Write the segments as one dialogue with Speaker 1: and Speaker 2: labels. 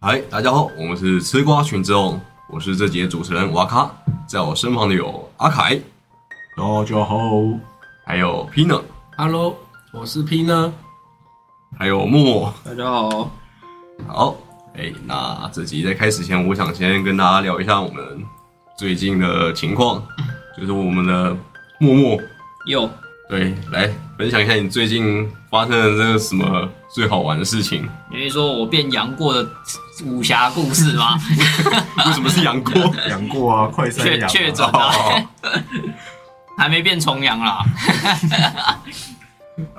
Speaker 1: 嗨，大家好，我们是吃瓜群众，我是这节主持人瓦卡，在我身旁的有阿凯，
Speaker 2: 大家好，
Speaker 1: 还有 Pina，
Speaker 3: Hello，我是 P 呢。
Speaker 1: 还有默默。
Speaker 3: 大家好，
Speaker 1: 好，哎、那这集在开始前，我想先跟大家聊一下我们最近的情 况，就是我们的默默，
Speaker 3: 又
Speaker 1: 对，来分享一下你最近发生的这个什么最好玩的事 情？
Speaker 4: 你是说我变杨过的武侠故事吗？
Speaker 1: 为什么是 杨过？
Speaker 2: 养过啊，快三
Speaker 4: 确
Speaker 2: 养啊
Speaker 4: 确诊啊，还没变重阳啊啦。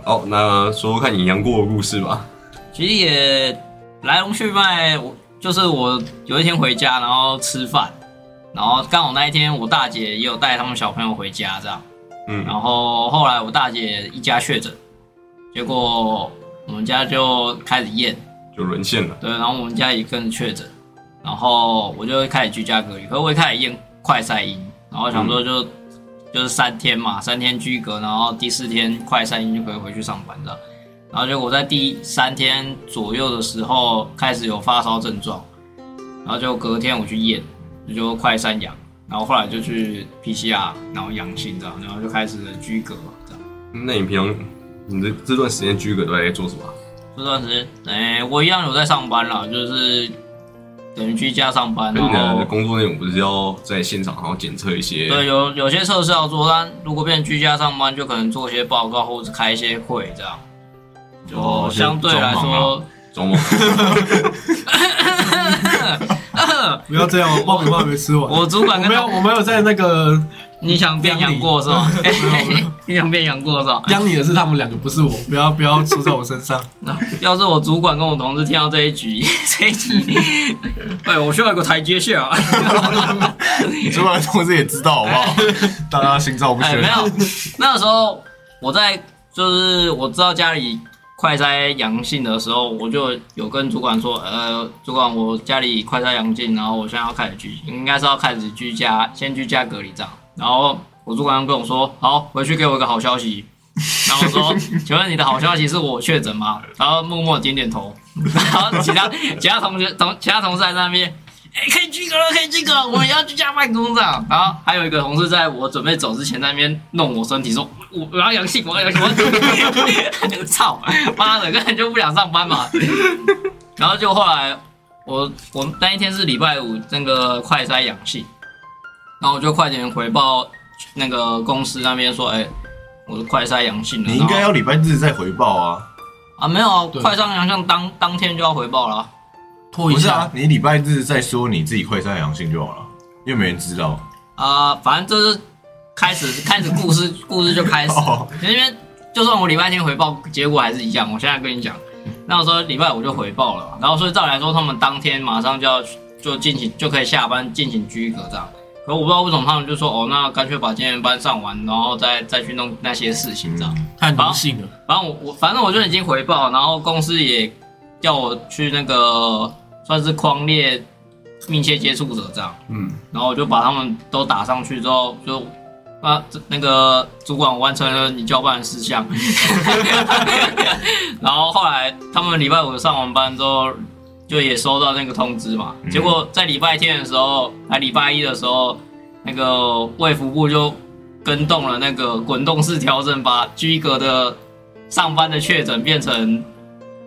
Speaker 1: 好，那说说看你杨过的故事吧。
Speaker 4: 其实也来龙去脉，我就是我有一天回家，然后吃饭，然后刚好那一天我大姐也有带他们小朋友回家这样，
Speaker 1: 嗯，
Speaker 4: 然后后来我大姐一家确诊，结果我们家就开始验，
Speaker 1: 就沦陷了。
Speaker 4: 对，然后我们家也跟着确诊，然后我就开始居家隔离，可是我一开始验快筛阴，然后想说
Speaker 1: 嗯
Speaker 4: 就、就是三天嘛，三天居隔，然后第四天快筛阴就可以回去上班的。然后结果在第三天左右的时候开始有发烧症状，然后就隔天我去验，就快筛阳，然后后来就去 PCR，然后阳性这样，然后就开始居隔这样。
Speaker 1: 那你平常你这这段时间居格都在做什么啊？
Speaker 4: 这段时间，哎、我一样有在上班啦，就是等于居家上班，
Speaker 1: 可
Speaker 4: 然
Speaker 1: 是你的
Speaker 4: 后
Speaker 1: 工作内容不是要在现场然后检测一些？
Speaker 4: 对，有有些测试要做，但如果变成居家上班，就可能做一些报告或者开一些会这样。
Speaker 1: 哦
Speaker 4: 就相对
Speaker 1: 先
Speaker 4: 来
Speaker 1: 装忙啊
Speaker 4: 说，
Speaker 1: 装 忙。
Speaker 3: 不要这样，爆米花还没吃完。
Speaker 4: 我主管
Speaker 3: 我
Speaker 4: 跟
Speaker 3: 没有，
Speaker 4: 他，
Speaker 3: 我没有在那个
Speaker 4: 你想变杨过是吗？ 你想变杨过是吧？
Speaker 3: 央你的是他们两个，不是我，不要不要出在我身上。
Speaker 4: 要是我主管跟我同事听到这一局， 这一集，哎，我需要有个台阶下。啊
Speaker 2: 你主管同事也知道好不 好？大家心照不
Speaker 4: 哎，
Speaker 2: 宣。
Speaker 4: 没有，那时候我在就是我知道家里快筛阳性的时候，我就有跟主管说，呃，主管我家里快筛阳性，然后我现在要开始居，应该是要开始居家，先居家隔离这样。然后我主管跟我说，好，回去给我一个好消息。然后我说，请问你的好消息是我确诊吗？然后默默点点头。然后其他其他同学同其他同事还在那边。哎、可以居格了，可以居格，我们要居家办公这样。然后还有一个同事在我准备走之前，在那边弄我身体，说我我要阳性，我要阳性， 我要操妈的，根本就不想上班嘛。然后就后来我我那一天是礼拜五，那个快筛阳性，然后我就快点回报那个公司那边说，哎、我的快筛阳性了。
Speaker 2: 你应该
Speaker 4: 然后
Speaker 2: 要礼拜日再回报啊。
Speaker 4: 啊，没有啊，
Speaker 3: 对
Speaker 4: 快筛阳性当当天就要回报了啊。
Speaker 3: 拖一
Speaker 2: 不是
Speaker 3: 下
Speaker 2: 啊，，你礼拜日再说你自己快三阳性就好了，因为没人知道。
Speaker 4: 啊、反正就是开始开始故事故事就开始了
Speaker 2: 哦，
Speaker 4: 因为就算我礼拜天回报，结果还是一样。我现在跟你讲，那我说礼拜五就回报了嘛，然后所以照理来说，他们当天马上就要就进行就可以下班进行居隔这样。可我不知道为什么他们就说哦，那干脆把今天的班上完，然后再再去弄那些事情这样。
Speaker 3: 太奴性了。
Speaker 4: 反正我我反正我就已经回报，然后公司也叫我去那个算是框列密切接触者这样。
Speaker 1: 嗯，
Speaker 4: 然后我就把他们都打上去之后，就啊，这那个主管完成了你交办的事项。 然后后来他们礼拜五上完班之后，就也收到那个通知嘛。
Speaker 3: 嗯
Speaker 4: 结果在礼拜天的时候，还礼拜一的时候，那个卫福部就跟动了那个滚动式调整，把居格的上班的确诊变成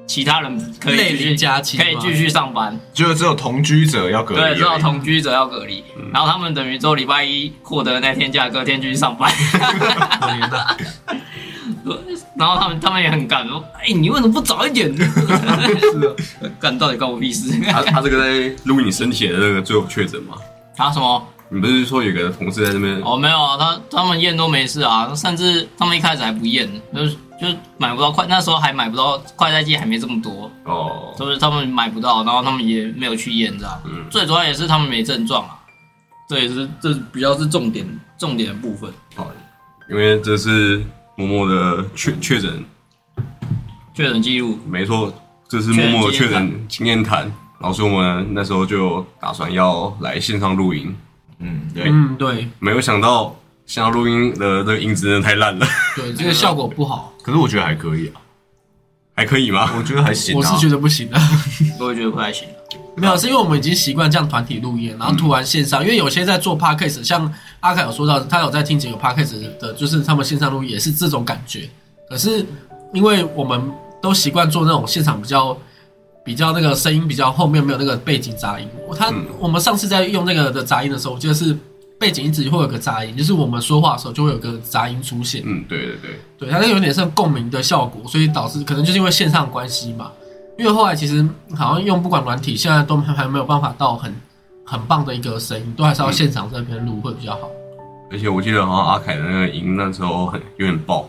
Speaker 4: 其他人可以继
Speaker 3: 类邻
Speaker 4: 续
Speaker 3: 加七吗
Speaker 4: 可以继续上班。
Speaker 2: 就是只有同居者要隔离而已，
Speaker 4: 对，知道同居者要隔离，然后他们等于周礼拜一获得那天假，隔天就去上班。然后他们他们也很干，说：“哎、你为什么不早一点？” 是啊，干到底关我屁事？
Speaker 1: 他他这个在录你身体的那个最后确诊吗？
Speaker 4: 他什么？
Speaker 1: 你不是说有个同事在那边？
Speaker 4: 哦，没有啊，他他们验都没事啊，甚至他们一开始还不验，就是就买不到快，那时候还买不到快筛剂，还没这么多，
Speaker 1: 哦，
Speaker 4: 就是他们买不到，然后他们也没有去验，这样。
Speaker 1: 嗯，
Speaker 4: 最主要也是他们没症状啊，这也是这比较是重点重点的部分。
Speaker 1: 好，因为这是默默的确确诊，
Speaker 4: 确诊记录，
Speaker 1: 没错，这是默默的确
Speaker 4: 确诊
Speaker 1: 诊经验谈。然后所以我们那时候就打算要来线上录音，
Speaker 2: 嗯，对，
Speaker 3: 嗯，对
Speaker 1: 没有想到线上录音的这个音质真的太烂了，
Speaker 3: 对，这个效果不好，
Speaker 2: 可是我觉得还可以啊，
Speaker 1: 还可以吗？
Speaker 2: 我觉得还行啊。
Speaker 3: 我是觉得不行的。
Speaker 4: 我也觉得不太行。
Speaker 3: 没有，是因为我们已经习惯这样团体录音，然后突然线上，因为有些在做 podcast，像阿凯有说到，他有在听几个 podcast 的，就是他们线上录音也是这种感觉。可是因为我们都习惯做那种现场比较比较那个声音比较后面没有那个背景杂音，我他、
Speaker 1: 嗯
Speaker 3: 我们上次在用那个的杂音的时候，我记得是背景一直会有个杂音，就是我们说话的时候就会有个杂音出现。
Speaker 1: 嗯，对对对，
Speaker 3: 对，它那有点像共鸣的效果，所以导致可能就是因为线上关系嘛。因为后来其实好像用不管软体，现在都还还没有办法到很很棒的一个声音，都还是要现场这边录会比较好。
Speaker 1: 而且我记得好像阿凯的那个音那时候很有点爆，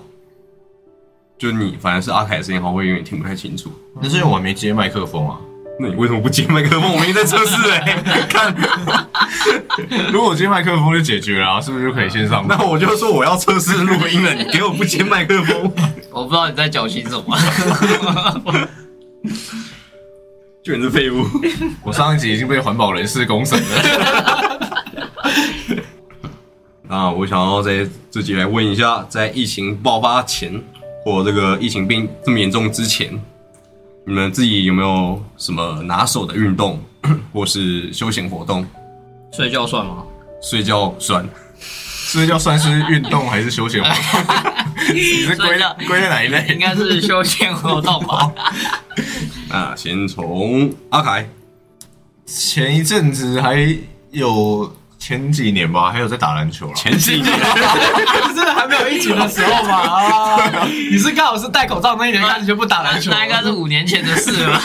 Speaker 1: 就你反而是阿凯的声音好像会有点听不太清楚。
Speaker 2: 那是因为我还没接麦克风啊。
Speaker 1: 那你为什么不接麦克风？我明明在测试哎， 看，
Speaker 2: 如果我接麦克风就解决了、啊，是不是就可以线上？
Speaker 1: 那我就说我要测试录音了，你给我不接麦克风，
Speaker 4: 我不知道你在矫情什 么。
Speaker 1: 就你是废物。
Speaker 2: 我上一集已经被环保人士公审了。
Speaker 1: 那我想要在自己来问一下，在疫情爆发前或这个疫情病这么严重之前，你们自己有没有什么拿手的运动或是休闲活动？
Speaker 4: 睡觉算吗？
Speaker 1: 睡觉算，
Speaker 2: 所以叫算是运动还是休闲 活动？你是归类归类哪一
Speaker 4: 应
Speaker 2: 类？
Speaker 4: 该是休闲活动 吧。
Speaker 1: 那先从阿凯，
Speaker 2: 前一阵子还有前几年吧，还有在打篮球啦。
Speaker 1: 前 几年
Speaker 3: 真的还没有疫情的时候嘛？啊， 你是刚好是戴口罩那一年开始就不打篮球了，
Speaker 4: 那应该是五年前的事 了。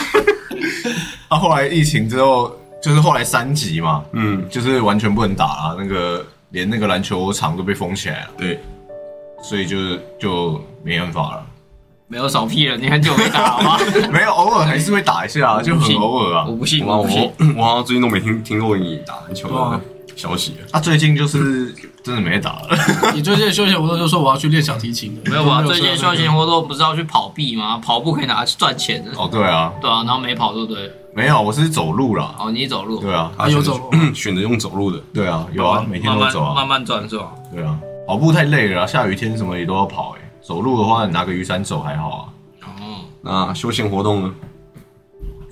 Speaker 2: 啊，后来疫情之后，就是后来三级嘛，
Speaker 1: 嗯，
Speaker 2: 就是完全不能打啦，那个连那个篮球场都被封起来了，
Speaker 1: 对，
Speaker 2: 所以就是就没办法了。
Speaker 4: 没有少屁了，你很久没打 了吗？
Speaker 2: 没有，偶尔还是会打一下，
Speaker 4: 嗯
Speaker 2: 就很偶尔啊
Speaker 4: 我。不信，
Speaker 1: 哇，
Speaker 4: 我不信
Speaker 1: 我。我好像最近都没听听过你打篮球
Speaker 3: 对
Speaker 1: 的
Speaker 3: 啊
Speaker 1: 消息了。
Speaker 2: 啊，最近就是真的没打了，
Speaker 3: 你最近的休闲活动就说我要去练小提琴了，
Speaker 4: 没有吧？
Speaker 3: 就
Speaker 4: 最近
Speaker 3: 说
Speaker 4: 休
Speaker 3: 那个
Speaker 4: 闲活动不是要去跑步吗？跑步可以拿去赚钱的，
Speaker 2: 哦，对啊，
Speaker 4: 对啊。然后没跑，对不对？
Speaker 2: 没有，我是走路啦。
Speaker 4: 哦，你走路，
Speaker 2: 对啊，
Speaker 1: 他
Speaker 3: 有
Speaker 1: 选择
Speaker 3: 走
Speaker 1: 选择用走路的，
Speaker 2: 对啊，有啊，每天
Speaker 4: 慢
Speaker 2: 都
Speaker 4: 慢
Speaker 2: 走啊。
Speaker 4: 慢慢转是吧？
Speaker 2: 对啊，跑步太累了啊、下雨天什么也都要跑哎、走路的话，拿个雨伞走还好啊。
Speaker 4: 哦，
Speaker 1: 那休闲活动呢？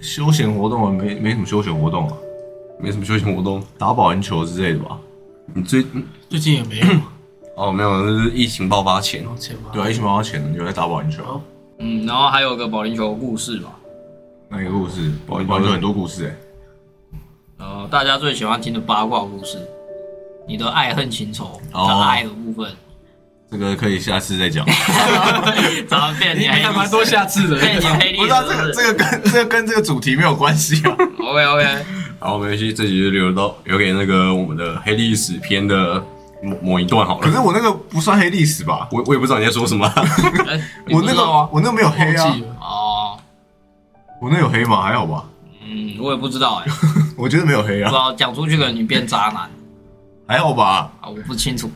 Speaker 2: 休闲活动啊，没没什么休闲活动啊，
Speaker 1: 没什么休闲活动。
Speaker 2: 打保龄球之类的吧。
Speaker 1: 你最嗯
Speaker 3: 最近也没有嘛，
Speaker 1: 哦没有，那是疫情爆发前
Speaker 3: 然。后钱嘛，
Speaker 2: 对啊，一起花钱有在打保龄球。
Speaker 4: 嗯，然后还有个保龄球故事嘛，
Speaker 2: 那一个故事，保
Speaker 1: 保龄
Speaker 2: 龄
Speaker 1: 球
Speaker 2: 球很多故事哎、
Speaker 4: 呃，大家最喜欢听的八卦故事，你的爱恨情仇
Speaker 2: 哦
Speaker 4: 的爱的部分，
Speaker 2: 这个可以下次再讲。
Speaker 4: 怎么变
Speaker 3: 你
Speaker 4: 你
Speaker 3: 还蛮
Speaker 4: 还
Speaker 3: 多下次的，
Speaker 4: 变你黑历
Speaker 2: 不
Speaker 4: 史
Speaker 2: 是啊，这个这个跟这个跟这个主题没有关系啊。
Speaker 4: OK OK，
Speaker 1: 好，没关系，这集就留到留给那个我们的黑历史篇的某某一段好了。
Speaker 2: 可是我那个不算黑历史吧？
Speaker 1: 我我也不知道你在说什么，
Speaker 2: 我那个
Speaker 4: 啊，
Speaker 2: 我那个没有黑
Speaker 3: 忘
Speaker 2: 啊
Speaker 3: 记，了。
Speaker 4: 哦，
Speaker 2: 我那有黑吗？还好吧，
Speaker 4: 嗯，我也不知道哎、
Speaker 2: 我觉得没有黑
Speaker 4: 不知
Speaker 2: 啊，
Speaker 4: 道讲出去可能你变渣男
Speaker 2: 还好吧。
Speaker 4: 啊，我不清楚。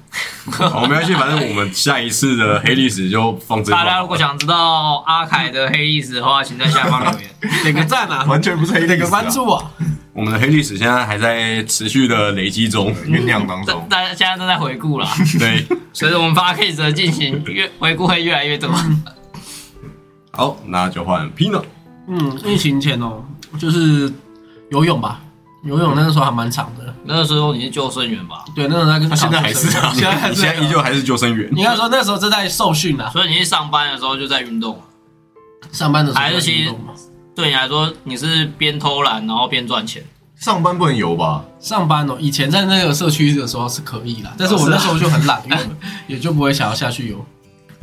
Speaker 1: 好，没关系，反正我们下一次的黑历史就放这一
Speaker 4: 大家
Speaker 1: 段
Speaker 4: 如。果想知道阿凯的黑历史的话，请在下方留言。
Speaker 3: 点个赞啊，
Speaker 2: 完全不是黑历
Speaker 3: 点
Speaker 2: 史、
Speaker 3: 个
Speaker 2: 啊，
Speaker 3: 关注啊，
Speaker 1: 我们的黑历史现在还在持续的累积中，
Speaker 2: 酝酿当
Speaker 4: 大
Speaker 2: 中。
Speaker 4: 大家现在正在回 顾啦，
Speaker 1: 对。
Speaker 4: 随着我们 p a c k a g e 的进行，越回顾会越来越多。
Speaker 2: 嗯
Speaker 1: 好，那就换 Pino。
Speaker 3: 嗯，疫情前哦，就是游泳吧，游泳那个时候还蛮长的。
Speaker 4: 那个时候你是救生员吧？
Speaker 3: 对，那时候在跟
Speaker 2: 现 在还是啊
Speaker 3: 现在还
Speaker 1: 你
Speaker 3: 是
Speaker 1: 现在依旧。还是救生员，
Speaker 3: 应 该说那时候正在受训啊，
Speaker 4: 所以你是上班的时候就在运动，
Speaker 3: 上班的时候
Speaker 4: 还是其实
Speaker 3: 运动嘛
Speaker 4: 对你来说你是边偷懒然后边赚钱。
Speaker 2: 上班不能游吧？
Speaker 3: 上班哦，以前在那个社区的时候是可以啦，但是我那时候就很懒，因
Speaker 1: 啊
Speaker 3: 为也就不会想要下去游。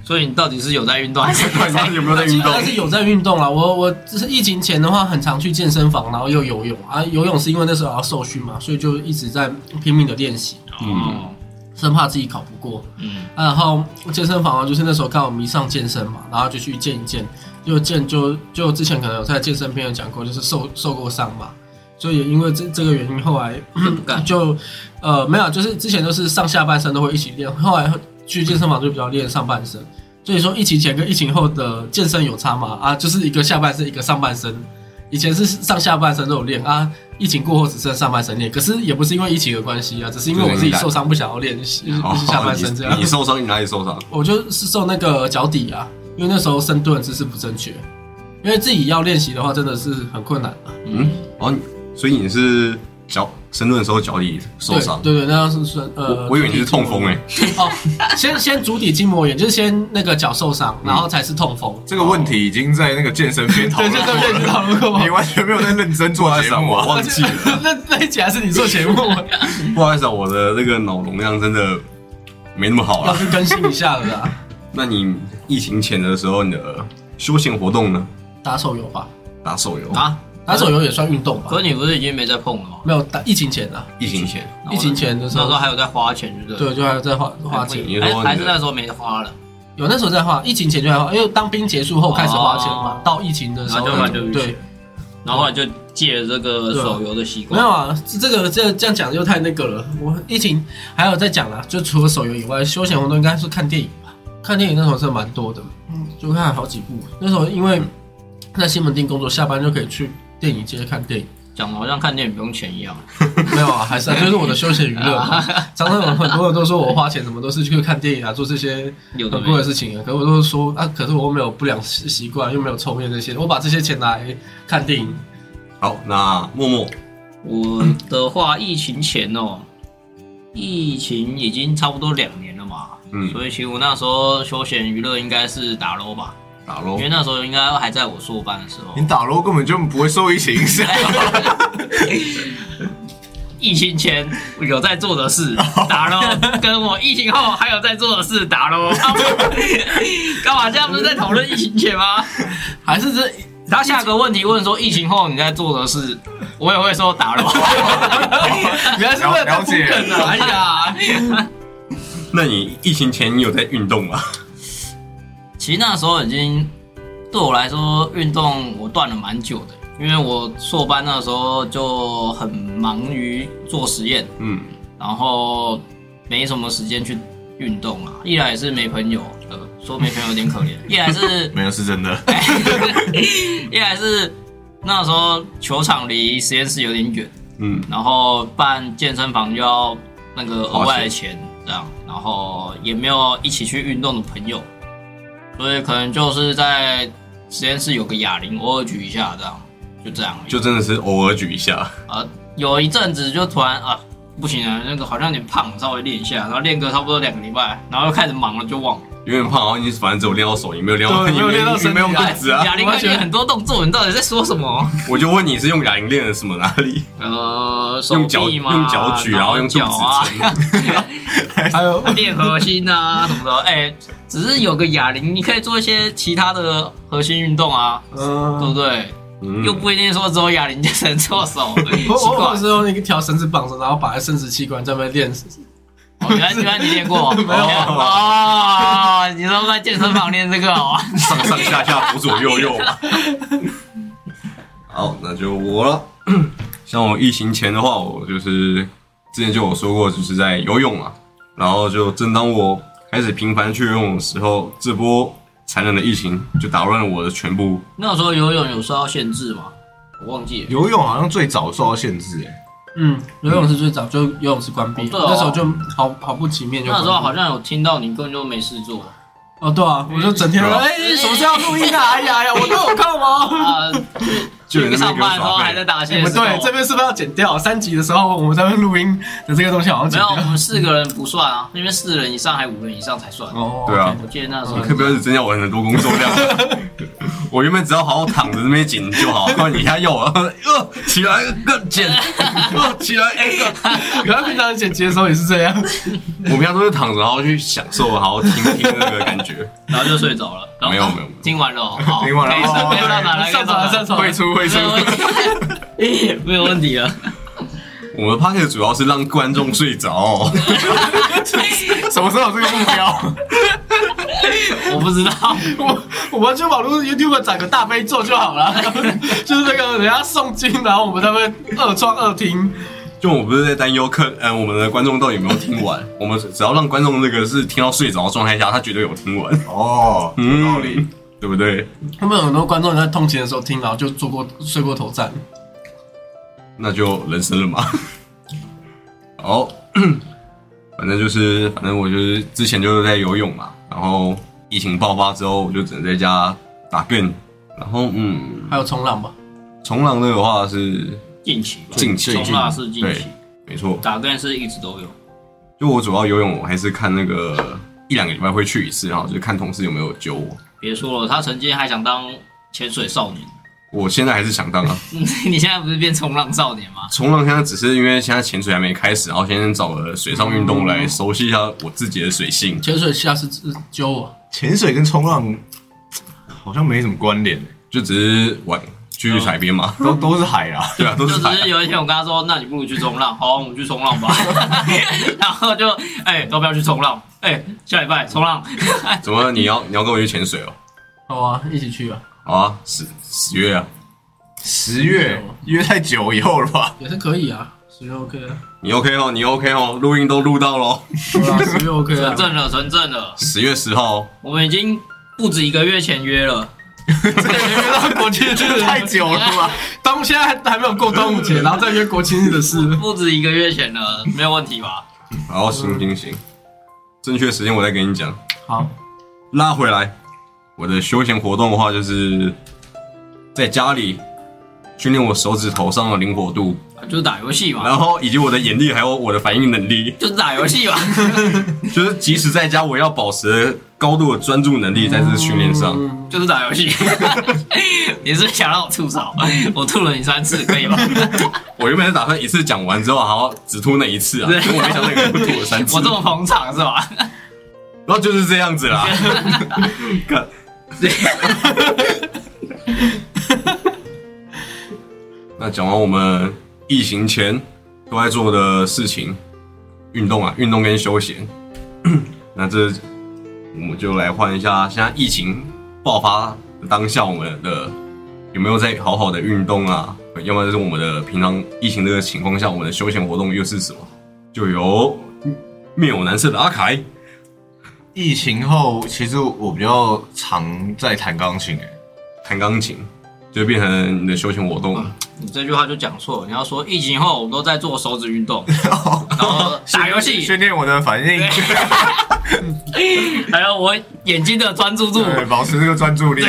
Speaker 4: 所以你到底是有在运动还是
Speaker 1: 到底他有没有在运动？
Speaker 3: 但是有在运动啦，我我就是疫情前的话，很常去健身房，然后又游泳啊。游泳是因为那时候要受训嘛，所以就一直在拼命的练习，
Speaker 4: 哦，
Speaker 3: 生怕自己考不过。
Speaker 4: 嗯，
Speaker 3: 啊，然后健身房啊，就是那时候刚好迷上健身嘛，然后就去健一健，就健就就之前可能有在健身篇有讲过，就是受受过伤嘛，所以因为这这个原因，后来嗯
Speaker 4: 就不干
Speaker 3: 就呃没有，就是之前都是上下半身都会一起练，后来去健身房就比较练上半身，所以说疫情前跟疫情后的健身有差嘛啊，就是一个下半身一个上半身，以前是上下半身都有练啊，疫情过后只剩上半身练，可是也不是因为疫情的关系啊，
Speaker 1: 哦
Speaker 3: 只是 因为我自己受伤不想要练，啊就是下半身这样
Speaker 1: 你。你受伤，你哪里受伤？
Speaker 3: 我就是受那个脚底啊，因为那时候深蹲的姿势不正确，因为自己要练习的话真的是很困难啊。
Speaker 1: 嗯，哦，你所以你是脚深蹲的时候脚底受伤。
Speaker 3: 对对对，那是算呃，
Speaker 1: 我我以为你是痛风 哎、
Speaker 3: 哦，先先足底筋膜炎，就是先那个脚受
Speaker 1: 嗯
Speaker 3: 伤，然后才是痛风。
Speaker 2: 这个问题已经在那个健身篇讨
Speaker 3: 哦对，
Speaker 2: 论
Speaker 3: 就
Speaker 2: 过
Speaker 3: 这边
Speaker 2: 了，
Speaker 3: 知道如
Speaker 2: 你
Speaker 3: 果
Speaker 2: 完全没有在认真做节目
Speaker 1: 我
Speaker 2: 啊！
Speaker 1: 啊忘记了，
Speaker 3: 那那一集还是你做节 目，
Speaker 1: 不好意思啊，我的那个脑容量真的没那么好
Speaker 3: 要
Speaker 1: 了。
Speaker 3: 去更新一下了啦。
Speaker 1: 那你疫情前的时候，你的休闲活动呢？
Speaker 3: 打手游吧，
Speaker 1: 打手游？
Speaker 4: 啊，
Speaker 3: 打手游也算运动吧
Speaker 4: 可？是你不是已经没在碰了吗？
Speaker 3: 没有打疫情前啊，
Speaker 1: 疫情前，
Speaker 4: 然后
Speaker 3: 疫情前的
Speaker 4: 那
Speaker 3: 时
Speaker 4: 时候
Speaker 3: 候，
Speaker 4: 还有在花钱，对不对？哎
Speaker 3: 对，就还有在花花钱，
Speaker 1: 你是
Speaker 4: 还
Speaker 1: 说
Speaker 4: 还
Speaker 1: 你
Speaker 4: 是
Speaker 1: 的
Speaker 4: 那时候没花了，
Speaker 3: 有那时候在花，疫情前就在花，因为当兵结束后开始花钱嘛
Speaker 4: 哦，
Speaker 3: 到疫情的时
Speaker 4: 然
Speaker 3: 候
Speaker 4: 后就玩游戏
Speaker 3: 对，
Speaker 4: 然后后来就戒了这个手游的习
Speaker 3: 没
Speaker 4: 惯
Speaker 3: 有。啊，这个这这样讲又太那个了。我疫情还有在讲啦，就除了手游以外，休闲活动应该是看电影吧。看电影那时候是蛮多的，嗯，就看了好几部。那时候
Speaker 4: 嗯
Speaker 3: 因为在西门町工作，下班就可以去电影街看电 影。
Speaker 4: 讲的好像看电影不用钱一样。
Speaker 3: 没有啊，还是、啊、就是我的休闲娱 乐嘛。
Speaker 4: 啊
Speaker 3: 常常有很多人都说我花钱什么都是去看电影啊，做这些
Speaker 4: 有的
Speaker 3: 很
Speaker 4: 没
Speaker 3: 贵
Speaker 4: 有
Speaker 3: 的事情啊。可我都说啊，可是我又没有不良习习惯，又没有抽烟这些，我把这些钱拿来看电影。
Speaker 1: 好，那默默
Speaker 4: 我的话，疫情前哦，疫情已经差不多两年了嘛，
Speaker 1: 嗯
Speaker 4: 所以其实我那时候休闲娱乐应该是打 LO 吧，
Speaker 1: 打喽
Speaker 4: 因为，那时候应该还在我硕班的时候
Speaker 2: 你。打 l 根本就不会受疫情影响，
Speaker 4: 疫情前有在做的 事打 LO，跟我疫情后还有在做的事打 LO，啊不干嘛？现在不是在讨论疫情前吗？
Speaker 3: 还是这
Speaker 4: 然后下个问题问说疫情后你在做的事，我也会说打 LO。
Speaker 3: 原来是为了当
Speaker 2: 了解
Speaker 3: 梗啊！哎呀，
Speaker 1: 那你疫情前你有在运动吗？
Speaker 4: 其实那时候已经对我来说，运动我断了蛮久的，因为我硕班那时候就很忙于做实验，
Speaker 1: 嗯，
Speaker 4: 然后没什么时间去运动啊。一来也是没朋友，呃，说没朋友有点可怜；一来是，
Speaker 2: 没有是真的。
Speaker 4: 一来是那时候球场离实验室有点远，
Speaker 1: 嗯，
Speaker 4: 然后办健身房又要那个额外
Speaker 1: 花
Speaker 4: 的钱，这样，然后也没有一起去运动的朋友，所以可能就是在实验室有个哑铃，偶尔举一下这样，就这样而已。
Speaker 1: 就真的是偶尔举一下。
Speaker 4: 啊，有一阵子就突然啊，不行啊，那个好像有点胖，稍微练一下，然后练个差不多两个礼拜，然后又开始忙了，就忘了。
Speaker 1: 有点胖，好像你反正只有练到手，你没有练到，
Speaker 3: 对
Speaker 1: 你
Speaker 3: 没有练到身
Speaker 1: 你没有
Speaker 3: 体
Speaker 1: 肚
Speaker 3: 啊
Speaker 1: 子啊。
Speaker 4: 哑铃可以练很多动作，你到底在说什么？
Speaker 1: 我就问你是用哑铃练的什么哪里？
Speaker 4: 呃， 手
Speaker 1: 用脚
Speaker 4: 臂嘛，
Speaker 1: 用脚举，然后用肚
Speaker 4: 脚啊。
Speaker 1: 子撑。
Speaker 3: 还有
Speaker 4: 练核心啊什么的，哎、只是有个哑铃，你可以做一些其他的核心运动啊，对不
Speaker 3: 嗯，
Speaker 4: 对？
Speaker 1: 嗯哦
Speaker 4: 又不一定说只有哑铃就能做手，奇
Speaker 3: 我我
Speaker 4: 怪
Speaker 3: 我。是用一条绳子绑着，然后把生殖器官在那边练。
Speaker 4: 哦原来原来你练 过，没
Speaker 3: 有
Speaker 4: 哦？你说在健身房练这个哦？
Speaker 1: 上上下下左左右右。 好，那就我了。 像我疫情前的话，我就是之前就有说过，就是在游泳嘛。然后就正当我开始频繁去游泳的时候，这波残忍的疫情就打乱了我的全部。
Speaker 4: 那时候游泳有受到限制吗？我忘记了。
Speaker 2: 游泳好像最早受到限制，哎，
Speaker 3: 嗯，游泳池最早就游泳池关闭，
Speaker 4: 哦对哦
Speaker 3: 那时候就好好不情面就
Speaker 4: 那
Speaker 3: 关
Speaker 4: 时
Speaker 3: 闭。
Speaker 4: 候好像有听到你根本就没事做
Speaker 3: 哦，对啊，我就整天
Speaker 1: 对啊
Speaker 3: 哎，什么时候要录音啊？哎呀哎呀，我都有空吗？
Speaker 4: 啊，
Speaker 1: 就有人
Speaker 4: 去
Speaker 1: 在那
Speaker 4: 上
Speaker 1: 边给我
Speaker 4: 班的时候
Speaker 1: 耍废哎
Speaker 4: 还在打
Speaker 3: 你
Speaker 4: 线
Speaker 3: 们
Speaker 4: 时候。
Speaker 3: 对这边是不哦是要剪掉？三集的时候我们在那边录音的这个东西好像
Speaker 4: 没
Speaker 3: 剪
Speaker 4: 有，
Speaker 3: 掉
Speaker 4: 我。们四个人不算啊，那边四人以上还五人以上才算。
Speaker 3: 哦
Speaker 1: 对 啊
Speaker 4: 我记得那时候
Speaker 1: 你 可不要只增加我很多工作 量。我原本只要好好躺着那边剪就好，突然你一下要我， 呃，起来更剪，呃，起来哎、
Speaker 3: OK，原来平常剪辑的时候也是这样。
Speaker 1: 我平常都是躺着，然后去享受，然后听听那个感 觉。
Speaker 4: 然后就睡着了。然后
Speaker 1: 没有没有
Speaker 4: 听完 了哦，好，
Speaker 2: 听完了
Speaker 4: 可以上
Speaker 2: 哦
Speaker 4: 可以上场了，
Speaker 3: 上床了上床了，
Speaker 2: 会出会出
Speaker 4: 没。有问题，没有问 题了。
Speaker 1: 我们 p o c a s t 主要是让观众睡着，
Speaker 2: 什么时候有这个目标？
Speaker 4: 我不知道，
Speaker 3: 我我们就网络 YouTube 找个大悲咒就好了，就是那个人家诵经，然后我们在那边二创二听。
Speaker 1: 就我不是在担忧客，嗯，我们的观众到底有没有听完？我们只要让观众那个是听到睡着的状态下，他绝对有听完， 嗯
Speaker 2: 哦，有道理。，
Speaker 1: 对不对？
Speaker 3: 他们有很多观众在通勤的时候听，然后就坐过睡过头站。
Speaker 1: 那就人生了嘛。 好， 反正就是，反正我就是之前就是在游泳嘛，然后疫情爆发之后，我就只能在家打 game，然后嗯，
Speaker 3: 还有冲浪吧，
Speaker 1: 冲浪那个的话是
Speaker 4: 近期吧，
Speaker 1: 近期
Speaker 4: 冲
Speaker 1: 近
Speaker 4: 浪是近
Speaker 1: 对
Speaker 4: 期，
Speaker 1: 没错。
Speaker 4: 打更是一直都有。
Speaker 1: 就我主要游泳，我还是看那个一两个礼拜会去一次，然后就是看同事有没有揪我。
Speaker 4: 别说了，他曾经还想当潜水少年，
Speaker 1: 我现在还是想当啊，
Speaker 4: 你现在不是变冲浪少年吗？
Speaker 1: 冲浪现在只是因为现在潜水还没开始，然后先找个水上运动来熟悉一下我自己的水性。
Speaker 3: 潜水下是是揪我，
Speaker 2: 潜水跟冲浪好像没什么关联、欸
Speaker 1: 就只是玩去海边嘛，
Speaker 2: 都都是海啊。
Speaker 1: 对啊，都
Speaker 4: 就是
Speaker 1: 海
Speaker 4: 只是
Speaker 1: 啊。
Speaker 4: 有一天我跟他说，那你不如去冲浪，好，我们去冲浪吧。然后就哎、都不要去冲浪，哎、下礼拜冲浪。
Speaker 1: 怎么你要你要跟我去潜水哦？
Speaker 3: 好啊，一起去啊，
Speaker 1: 好啊，十十月啊，
Speaker 2: 十月约太久以后了 吧？
Speaker 3: 也是可以啊，十月 OK 啊，
Speaker 1: 你 OK 哦，你 OK 哦，录音都录到喽。
Speaker 3: 对啊，十月 OK
Speaker 4: 纯
Speaker 3: 啊，
Speaker 4: 正了，纯正了，
Speaker 1: 十月十号哦，
Speaker 4: 我们已经不止一个月前约了。
Speaker 3: 国庆
Speaker 2: 这
Speaker 3: 日
Speaker 2: 太久了吧？
Speaker 3: 端午现在还还没有过端午节，然后再约国庆日的事，
Speaker 4: 不止一个月前了，没有问题吧？
Speaker 1: 好，行行行，正确时间我再跟你讲。
Speaker 3: 好，
Speaker 1: 拉回来，我的休闲活动的话，就是在家里训练我手指头上的灵活度，
Speaker 4: 就是打游戏嘛，
Speaker 1: 然后以及我的眼力还有我的反应能力，
Speaker 4: 就是打游戏嘛。
Speaker 1: 就是即使在家，我要保持高度的专注能力在这训练上。
Speaker 3: 嗯
Speaker 4: 就是打游戏。 你是不是想让我吐槽？我吐了你三次，可以吗？
Speaker 1: 我原本是打算一次讲完之后，好好只吐那一 次啊，
Speaker 4: 对
Speaker 1: 结果没想到一个人吐了三次
Speaker 4: 我这，么捧场是吧？
Speaker 1: 然后就是这样子啦。看，那讲完我们疫情前都在做的事情，运动啊，运动跟休闲。 那这我们就来换一下，现在疫情爆发的当下，我们的有没有在好好的运动啊？要么就是我们的平常疫情这个情况下，我们的休闲活动又是什么？就由面有难色的阿凯，
Speaker 2: 疫情后，其实我比较常在弹钢琴、欸，
Speaker 1: 弹钢琴，就变成你的休闲活动。
Speaker 4: 你这句话就讲错了。你要说疫情后我都在做手指运 动，
Speaker 2: 哦
Speaker 4: 然后打游戏，
Speaker 2: 训练我的反应，
Speaker 4: 还有我眼睛的专注度。
Speaker 2: 对，保持这个专 注力。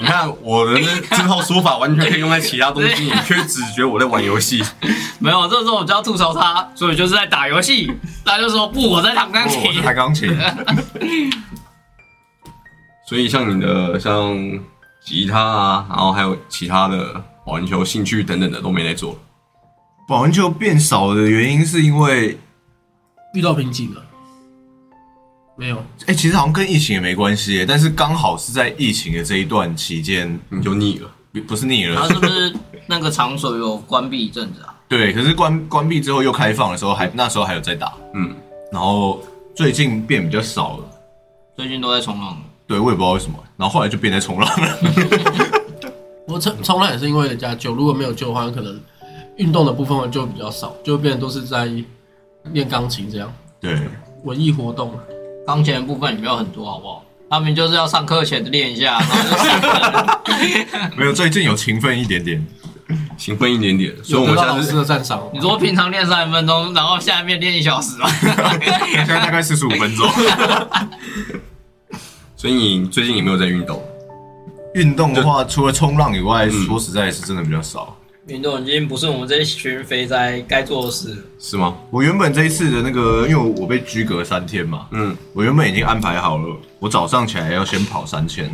Speaker 1: 你看我的那这套说法完全可以用在其他东西，你却只觉得我在玩游戏。
Speaker 4: 没有，这时候我就要吐槽他，所以就是在打游戏。他就说不，我在弹钢
Speaker 2: 不
Speaker 4: 琴
Speaker 2: 哦我 是。弹钢琴，
Speaker 1: 所以像你的像吉他啊，然后还有其他的网球兴趣等等的都没在做。
Speaker 2: 保温球变少的原因是因为，
Speaker 3: 遇到瓶颈了，没有，
Speaker 2: 哎、其实好像跟疫情也没关系耶，但是刚好是在疫情的这一段期间，
Speaker 1: 你就腻了，
Speaker 2: 不不是腻
Speaker 4: 他
Speaker 2: 了，
Speaker 4: 是不是那个场所有关闭一阵子啊？
Speaker 2: 对。可是关关闭之后又开放的时候还，那时候还有在打，
Speaker 1: 嗯，
Speaker 2: 然后最近变比较少了，
Speaker 4: 最近都在冲浪。
Speaker 2: 对我也不知道为什么，然后后来就变在冲浪了。
Speaker 3: 我冲冲浪也是因为人家救，如果没有救的话，可能运动的部分就比较少，就变成都是在练钢琴这样
Speaker 2: 对，
Speaker 3: 文艺活动。
Speaker 4: 钢琴的部分也没有很多，好不好？他们就是要上课前练一下，然后就上 课
Speaker 2: 没有最近有勤奋一点点，
Speaker 1: 勤奋一点点。所以
Speaker 3: 有
Speaker 1: 我
Speaker 3: 得
Speaker 1: 们嗯现
Speaker 3: 到老
Speaker 1: 在
Speaker 3: 师
Speaker 1: 是
Speaker 3: 的赞赏哦。
Speaker 4: 你说平常练三十分钟，然后下面练一小时吗？
Speaker 2: 现在大概四十五分钟。
Speaker 1: 所以你最近有没有在运动？
Speaker 2: 运动的话，除了冲浪以外，说实在是真的比较少。
Speaker 4: 运动已经不是我们这一群肥宅该做的事了。
Speaker 1: 是吗？
Speaker 2: 我原本这一次的那个，因为我被拘隔三天嘛，
Speaker 1: 嗯，
Speaker 2: 我原本已经安排好了，我早上起来要先跑三千，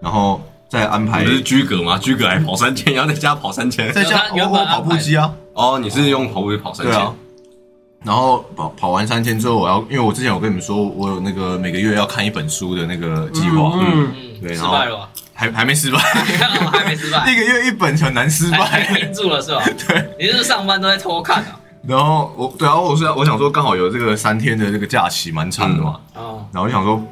Speaker 2: 然后再安排
Speaker 3: 哎
Speaker 1: 你不是居格吗？居格还跑三千，然后在家跑三千。
Speaker 2: 再加
Speaker 4: 有他原
Speaker 2: 我
Speaker 4: 本
Speaker 2: 我
Speaker 4: 安排
Speaker 2: 跑步机啊，
Speaker 1: 哦，你是用跑步机跑三
Speaker 2: 对啊
Speaker 1: 千？，
Speaker 2: 然后跑跑完三千之后，我要因为我之前有跟你们说，我有那个每个月要看一本书的那个计划，
Speaker 3: 嗯，
Speaker 4: 嗯
Speaker 2: 对
Speaker 4: 失
Speaker 2: 然后
Speaker 4: 败了吧？
Speaker 2: 还还没失败，
Speaker 4: 还 没失败，
Speaker 2: 一个月一本很难失
Speaker 4: 还还
Speaker 2: 败。
Speaker 4: 盯住了是吧？对，你是不是上班都在偷看啊？
Speaker 2: 然后我对啊，我是我想说刚好有这个三天的这个假期蛮长的嘛，
Speaker 4: 哦，
Speaker 2: 然后我想说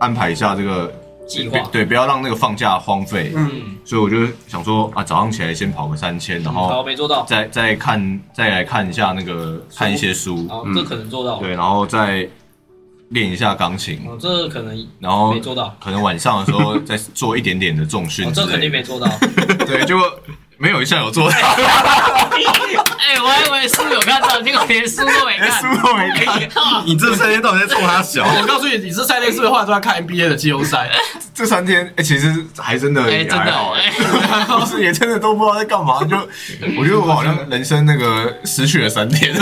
Speaker 2: 安排一下这个
Speaker 4: 计划
Speaker 2: 对，不要让那个放假荒废。
Speaker 4: 嗯，
Speaker 2: 所以我就想说啊，早上起来先跑个三千，然
Speaker 4: 好，
Speaker 2: 后
Speaker 4: 没做到，
Speaker 2: 再再看再来看一下那个看一些书，
Speaker 4: 好，哦这可能做到，
Speaker 2: 对，然后再练一下钢琴，
Speaker 4: 哦，这可能
Speaker 2: 然后
Speaker 4: 没做到，
Speaker 2: 可能晚上的时候再做一点点的重训
Speaker 4: 哦，
Speaker 2: 之
Speaker 4: 这肯
Speaker 2: 类
Speaker 4: 定
Speaker 2: 的。
Speaker 4: 没做到。
Speaker 2: 对，结果没有一项有做到。
Speaker 4: 哎，我还以为对书有看到，结果连书都没
Speaker 2: 连
Speaker 4: 看
Speaker 2: 书。都没看，
Speaker 1: 你这三天到底在冲他 小？
Speaker 3: 我告诉你，你这三天是不是后来都在看 NBA 的季后赛？
Speaker 2: 这三天哎、其实还真的
Speaker 4: 哎，
Speaker 2: 也
Speaker 4: 真
Speaker 2: 还
Speaker 4: 的，
Speaker 2: 好、
Speaker 4: 哎，
Speaker 2: 当时也真的 都不知道在干嘛，就我觉得我好像人生那个失去了三天，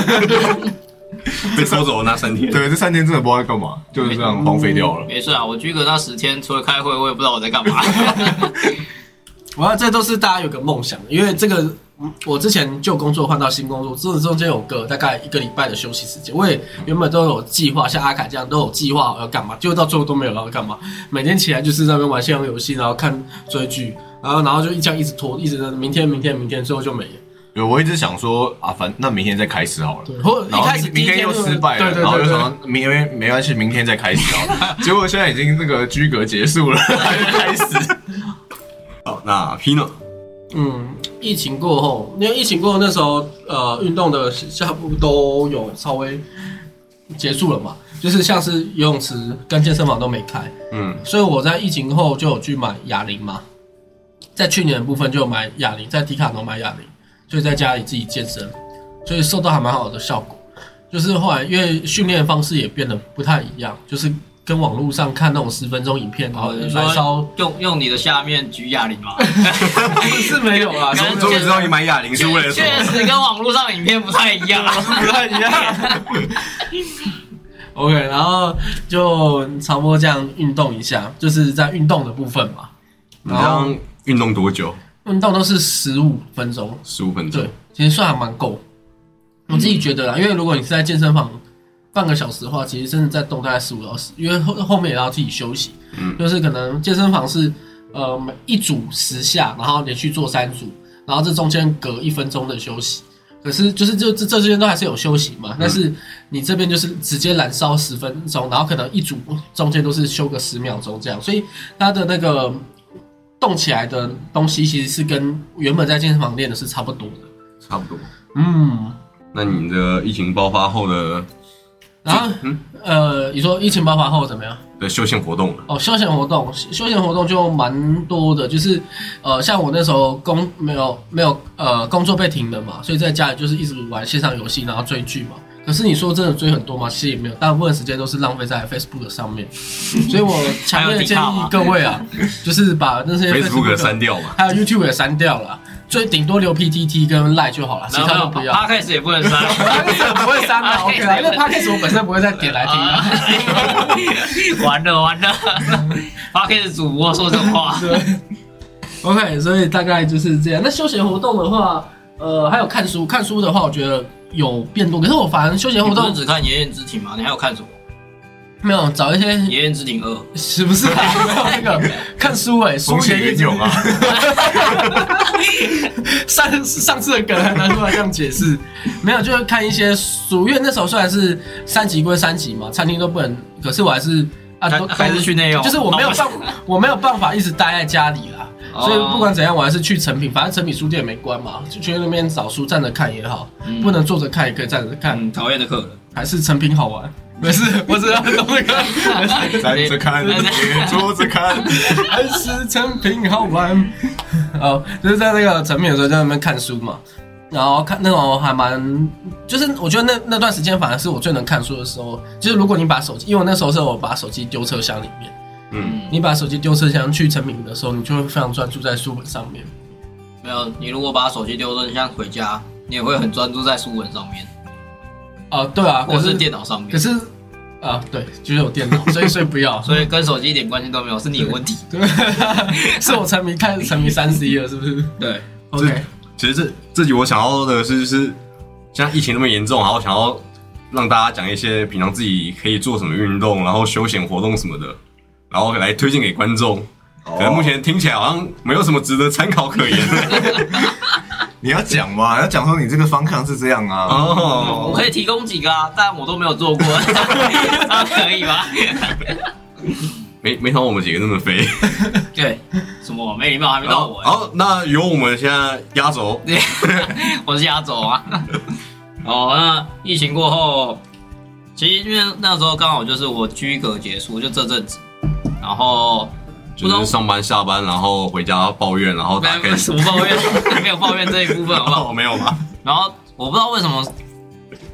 Speaker 1: 被抽走的那三天，
Speaker 2: 对，这三天真的不知道在干嘛，就是这
Speaker 3: 嗯
Speaker 2: 样荒废掉 了。
Speaker 4: 没事啊，我居隔那十天，除了开会，我也不知道我在干嘛。
Speaker 3: 我要这都是大家有个梦想，因为这个嗯我之前旧工作换到新工作，这中间有个大概一个礼拜的休息时间。我也原本都有计划，像阿凯这样都有计划好要干嘛，结果到最后都没有要干嘛。每天起来就是在那边玩线上游戏，然后看追剧，然后然后就这样一直拖，一直明天明天明天，最后就没了。
Speaker 2: 对，我一直想说啊，反那明天再开始好了。
Speaker 3: 对，或
Speaker 2: 然
Speaker 3: 一
Speaker 2: 后
Speaker 3: 开始
Speaker 2: 明
Speaker 3: 第一
Speaker 2: 天又
Speaker 3: 就
Speaker 2: 失败了，
Speaker 3: 对对
Speaker 2: 然后
Speaker 3: 对
Speaker 2: 又
Speaker 3: 对
Speaker 2: 想到明天没关系，明天再开始 啊。结果现在已经那个居隔结束了，还没开始。
Speaker 1: 好，那 Pino
Speaker 3: 嗯，疫情过后，因为疫情过后那时候，呃，运动的项目都有稍微结束了嘛，就是像是游泳池跟健身房都没开，
Speaker 1: 嗯，
Speaker 3: 所以我在疫情后就有去买哑铃嘛，在去年的部分就有买哑铃，在迪卡侬买哑铃，所以在家里自己健身，所以受到还蛮好的效果。就是后来因为训练方式也变得不太一样，就是跟网络上看那种十分钟影片，然后
Speaker 4: 哦你说
Speaker 3: 燃烧
Speaker 4: 用用你的下面举哑铃 嘛，
Speaker 3: 是没有 啦，
Speaker 1: 终
Speaker 4: 感觉
Speaker 1: 终于知道你买哑铃是为了什
Speaker 4: 确
Speaker 1: 么。
Speaker 4: 实跟网络上影片不太一样啊。
Speaker 3: 不太一样。OK，然后就差不多这样运动一下，就是在运动的部分嘛。
Speaker 1: 你这样运动多久？
Speaker 3: 运动都是十五分钟，
Speaker 1: 十五分钟
Speaker 3: 对。，其实算还蛮够。我自己觉得啦，因为如果你是在健身房半个小时的话，其实真的在动大概十五到十，因为后后面也要自己休息。
Speaker 1: 嗯
Speaker 3: 就是可能健身房是呃每一组十下，然后连续做三组，然后这中间隔一分钟的休息。可是就是这这这之间都还是有休息嘛，但是你这边就是直接燃烧十分钟，然后可能一组中间都是休个十秒钟这样，所以它的那个动起来的东西其实是跟原本在健身房练的是差不多的。
Speaker 1: 差不多。
Speaker 3: 嗯，
Speaker 1: 那你的疫情爆发后的
Speaker 3: 然后、
Speaker 1: 嗯
Speaker 3: 呃，你说疫情爆发后怎么样？
Speaker 1: 的休闲活动了？
Speaker 3: 哦，休闲活动，休闲活动就蛮多的，就是呃，像我那时候工没有没有呃工作被停了嘛，所以在家里就是一直玩线上游戏，然后追剧嘛。可是你说真的追很多吗？其实也没有，大部分时间都是浪费在 Facebook 上面。所以我强烈建议各位啊，就是把那些
Speaker 1: Facebook 删掉嘛，
Speaker 3: 还有 YouTube 也删掉了，最顶多留 PTT 跟 Line 就好了，其
Speaker 4: 然
Speaker 3: 他都
Speaker 4: 后
Speaker 3: 不
Speaker 4: p
Speaker 3: 要。
Speaker 4: o d c 也不能删。
Speaker 3: 不会删 的，OK 啊啦，因为 Podcast 我本身不会再点来听
Speaker 4: 啊
Speaker 3: 的。
Speaker 4: 完了哦完了 p o d c 主播说这种 话，
Speaker 3: 对，OK，所以大概就是这样。那休闲活动的话，呃，还有看书，看书的话，我觉得有变多。可是我反正休闲活
Speaker 4: 你不是
Speaker 3: 动
Speaker 4: 只看《炎炎之庭》吗？你还有看什么？
Speaker 3: 没有找一些，
Speaker 4: 《炎炎之庭二》
Speaker 3: 是不是 啊？没有那个看书哎、书
Speaker 2: 恭喜
Speaker 3: 前一
Speaker 2: 袁勇啊！
Speaker 3: 上上次的梗还拿出来这样解释， 没有，就是看一些书，因为那时候虽然是三级归三级嘛，餐厅都不能，可是我还是啊，
Speaker 4: 还
Speaker 3: 都
Speaker 4: 还是去内用
Speaker 3: 就是我没有 办，我没有办法一直待在家里啦，
Speaker 4: 哦
Speaker 3: 所以不管怎样，我还是去成品，反正成品书店也没关嘛，就去那边找书站着看也好，
Speaker 4: 嗯
Speaker 3: 不能坐着看也可以站着看，
Speaker 4: 嗯，讨厌的客人。
Speaker 3: 还是成品好玩。没事，我只要懂那个，
Speaker 2: 站着看，
Speaker 4: 对
Speaker 2: 桌子看，
Speaker 3: 还是成品好玩。 哦，就是在那个成品的时候，在那边看书嘛，然后看那种还蛮，就是我觉得那那段时间反而是我最能看书的时候。就是如果你把手机，因为我那时候是我把手机丢车厢里面，
Speaker 1: 嗯，
Speaker 3: 你把手机丢车厢去成品的时候，你就会非常专注在书本上面。
Speaker 4: 没有，你如果把手机丢扔，像回家，你也会很专注在书本上面，
Speaker 3: 哦，对啊，
Speaker 4: 或
Speaker 3: 可
Speaker 4: 是
Speaker 3: 是
Speaker 4: 电脑上面
Speaker 3: 可。是啊，对，就是有电脑，所以所以不 要。
Speaker 4: 所以跟手机一点关系都没有，是你有问题。
Speaker 3: 对， 是我沉迷看沉迷三 C 了，是 不是
Speaker 4: 对，
Speaker 3: ？OK，
Speaker 1: 其实这这集我想要的是，就是像疫情那么严重，然后想要让大家讲一些平常自己可以做什么运动，然后休闲活动什么的，然后来推荐给观众。
Speaker 4: 哦
Speaker 1: 可能
Speaker 2: 哦
Speaker 1: 目前听起来好像没有什么值得参考 可言。
Speaker 2: 你要讲嘛，要讲说你这个方向是这样啊。
Speaker 4: 我
Speaker 1: 哦，
Speaker 4: 可以提供几个啊，但我都没有做过， 那可以吧？
Speaker 1: 没没想到我们几个那么飞。
Speaker 4: 对，什么没礼貌还没到我
Speaker 3: 哦
Speaker 4: 欸、
Speaker 1: 好，那由我们现在压轴，
Speaker 4: 对，我是压轴啊。 哦，那疫情过后，其实因为那时候刚好就是我居隔结束，就这阵子，然后
Speaker 1: 就是上班下班，然后回家抱怨，然后打
Speaker 4: 没
Speaker 1: 开
Speaker 4: 有。什么抱怨，没有抱怨这一部分，好不好？
Speaker 1: 哦，没有吧？
Speaker 4: 然后我不知道为什么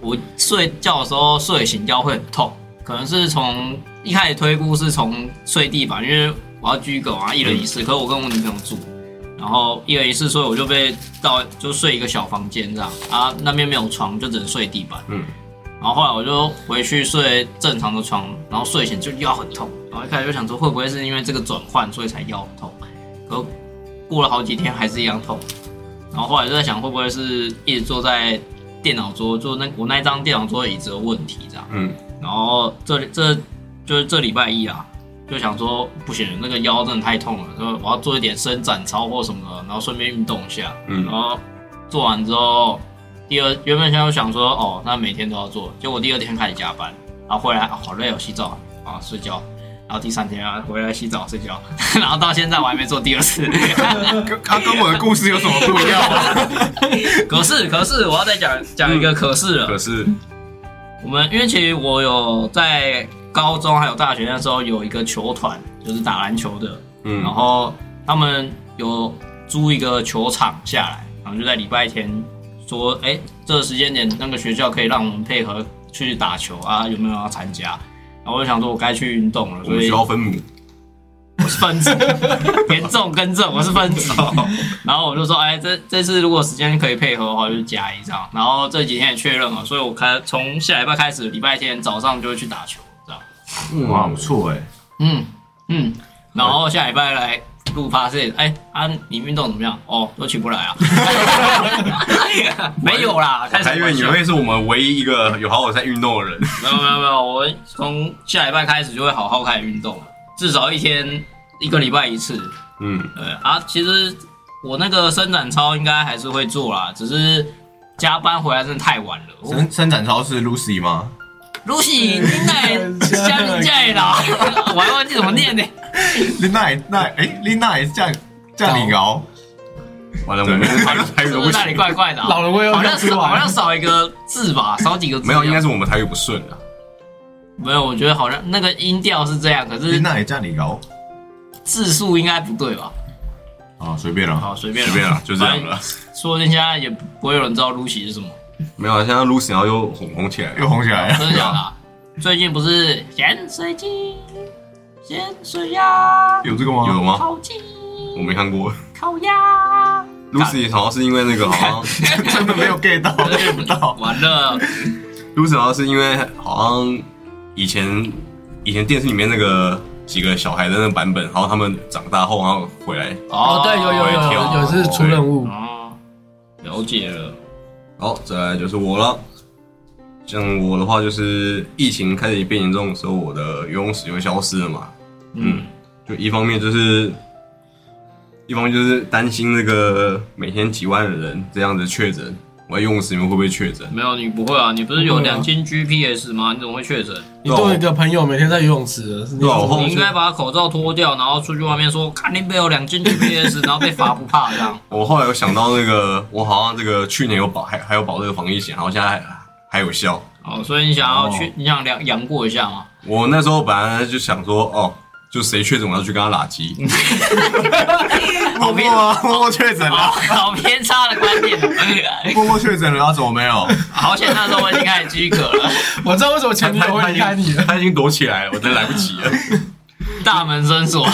Speaker 4: 我睡觉的时候睡醒觉会很痛，可能是从一开始推估是从睡地板，因为我要居狗啊，一人一室，可是我跟我女朋友住，然后一人一室，所以我就被到就睡一个小房间这样啊，那边没有床，就只能睡地板。
Speaker 1: 嗯，
Speaker 4: 然后后来我就回去睡正常的床，然后睡醒就腰很痛，然后一开始就想说会不会是因为这个转换，所以才腰很痛，可过了好几天还是一样痛。然后后来就在想，会不会是一直坐在电脑桌，就那我那一张电脑桌椅子的问题这样。
Speaker 1: 嗯，
Speaker 4: 然后这这就是这礼拜一啊，就想说不行，那个腰真的太痛了，所以我要做一点伸展操或什么的，然后顺便运动一下。
Speaker 1: 嗯
Speaker 4: 然后做完之后，第二原本想想说哦，那每天都要做，结果第二天开始加班，然后回来、啊好累哦，洗澡啊睡觉。然后第三天啊，回来洗澡睡觉，然后到现在我还没做第二次。
Speaker 2: 跟他跟我的故事有什么不一样吗？
Speaker 4: 可是，可是我要再讲讲一个可是了。
Speaker 1: 可是
Speaker 4: 我们因为其实我有在高中还有大学那时候有一个球团，就是打篮球的，
Speaker 1: 嗯
Speaker 4: 然后他们有租一个球场下来，然后就在礼拜天说，哎、这个时间点那个学校可以让我们配合去打球啊，有没有要参加？然后我就想说，我该去运动了，
Speaker 1: 我
Speaker 4: 所
Speaker 1: 们
Speaker 4: 以
Speaker 1: 学校分母，
Speaker 4: 我 是分子，严重更正，我是分子。然后我就说，哎，这这次如果时间可以配合的话，就加一这样。然后这几天也确认了，所以我开从下礼拜开始，礼拜天早上就会去打球，这样。
Speaker 2: 哇，不错
Speaker 1: 欸
Speaker 2: 哎，
Speaker 4: 嗯嗯，然后下礼拜来录 p a s 哎，安、啊，你运动怎么样？哦，都起 不来啊。没有啦，开
Speaker 1: 还
Speaker 4: 始
Speaker 1: 以为你会是我们唯一一个有好好在运动的 人。
Speaker 4: 没有没有没有，我从下礼拜开始就会好好开始运动了，至少一天一个礼拜一次。
Speaker 1: 嗯，
Speaker 4: 对啊，其实我那个伸展操应该还是会做啦，只是加班回来真的太晚了。我
Speaker 2: 伸伸展操是 Lucy 吗？
Speaker 4: Lucy，你奶加你加你啦，我还忘记怎么念呢。
Speaker 2: 林奈奈哎，林奈是这样这样你熬，
Speaker 1: 完了，我们台语台语
Speaker 4: 是
Speaker 1: 都
Speaker 4: 不
Speaker 1: 不
Speaker 4: 是那里
Speaker 1: 行，
Speaker 4: 怪怪的啊、
Speaker 3: 老人味又
Speaker 4: 好
Speaker 3: 要
Speaker 4: 像
Speaker 3: 出
Speaker 4: 少好
Speaker 3: 来
Speaker 4: 像
Speaker 3: 了。
Speaker 4: 少一个字吧，少几个字。
Speaker 1: 没有，应该是我们台语不顺啊。
Speaker 4: 没有。我觉得好像那个音调是这样，可
Speaker 2: 林
Speaker 4: 是
Speaker 2: 奈这样你熬
Speaker 4: 字数应该不对吧？
Speaker 2: 啊，随便了。
Speaker 4: 好，随便
Speaker 1: 随便啦，就这样
Speaker 4: 反正
Speaker 1: 了。
Speaker 4: 说不定现在也不会有人知道 Lucy 是什么，
Speaker 1: 没有啊，现在 Lucy 然后又红红起来 了。
Speaker 2: 又红起来了，
Speaker 4: 真的假的啊？最近不是咸水鸡、咸水鸭、
Speaker 2: 有这个吗？
Speaker 1: 有吗？
Speaker 4: 烤鸡、
Speaker 1: 我没看 过。
Speaker 4: 烤鸭。
Speaker 1: Lucy 好像是因为那个，好像
Speaker 2: 真的没有 get 到，get 不到。
Speaker 4: 完了，
Speaker 1: Lucy 好像是因为好像以前以前电视里面那个几个小孩的那个版本，然后他们长大后然后回来，
Speaker 3: 哦，对，有有有有有是出任务，
Speaker 4: 哦，了解了。
Speaker 1: 好，再来就是我了。像我的话，就是疫情开始变严重的时候，我的游泳池就消失了嘛。
Speaker 4: 嗯，
Speaker 1: 就一方面就是，一方面就是担心那个每天几万人这样子确诊，我在游泳池里面会不会确诊？
Speaker 4: 没有你不会啊，你不是有
Speaker 3: 不会啊
Speaker 4: 两斤 GPS 吗？你怎么会确诊？
Speaker 3: 你多一个朋友每天在游泳池，你
Speaker 1: 对啊我后
Speaker 4: 你应该把口罩脱掉，然后出去外面说看你没有两斤 GPS，然后被罚不怕这样。
Speaker 1: 我后来有想到那个， 我好像这个去年有保，还还有保这个防疫险，然后现在还还有效。
Speaker 4: 哦，所以你想要去，你想养养过一下吗？
Speaker 1: 我那时候本来就想说，哦，就谁确诊我要去跟他拉鸡，
Speaker 2: 默默啊，默默确诊
Speaker 4: 好
Speaker 2: 了，
Speaker 4: 好偏差的观点，
Speaker 2: 默默确诊了，他怎么没有？
Speaker 4: 好险那时候我已经开始饥渴了，
Speaker 3: 我知道为什么前女友会离开 你了。
Speaker 1: 他已经躲起来了，我真来不及了。
Speaker 4: 大门深锁。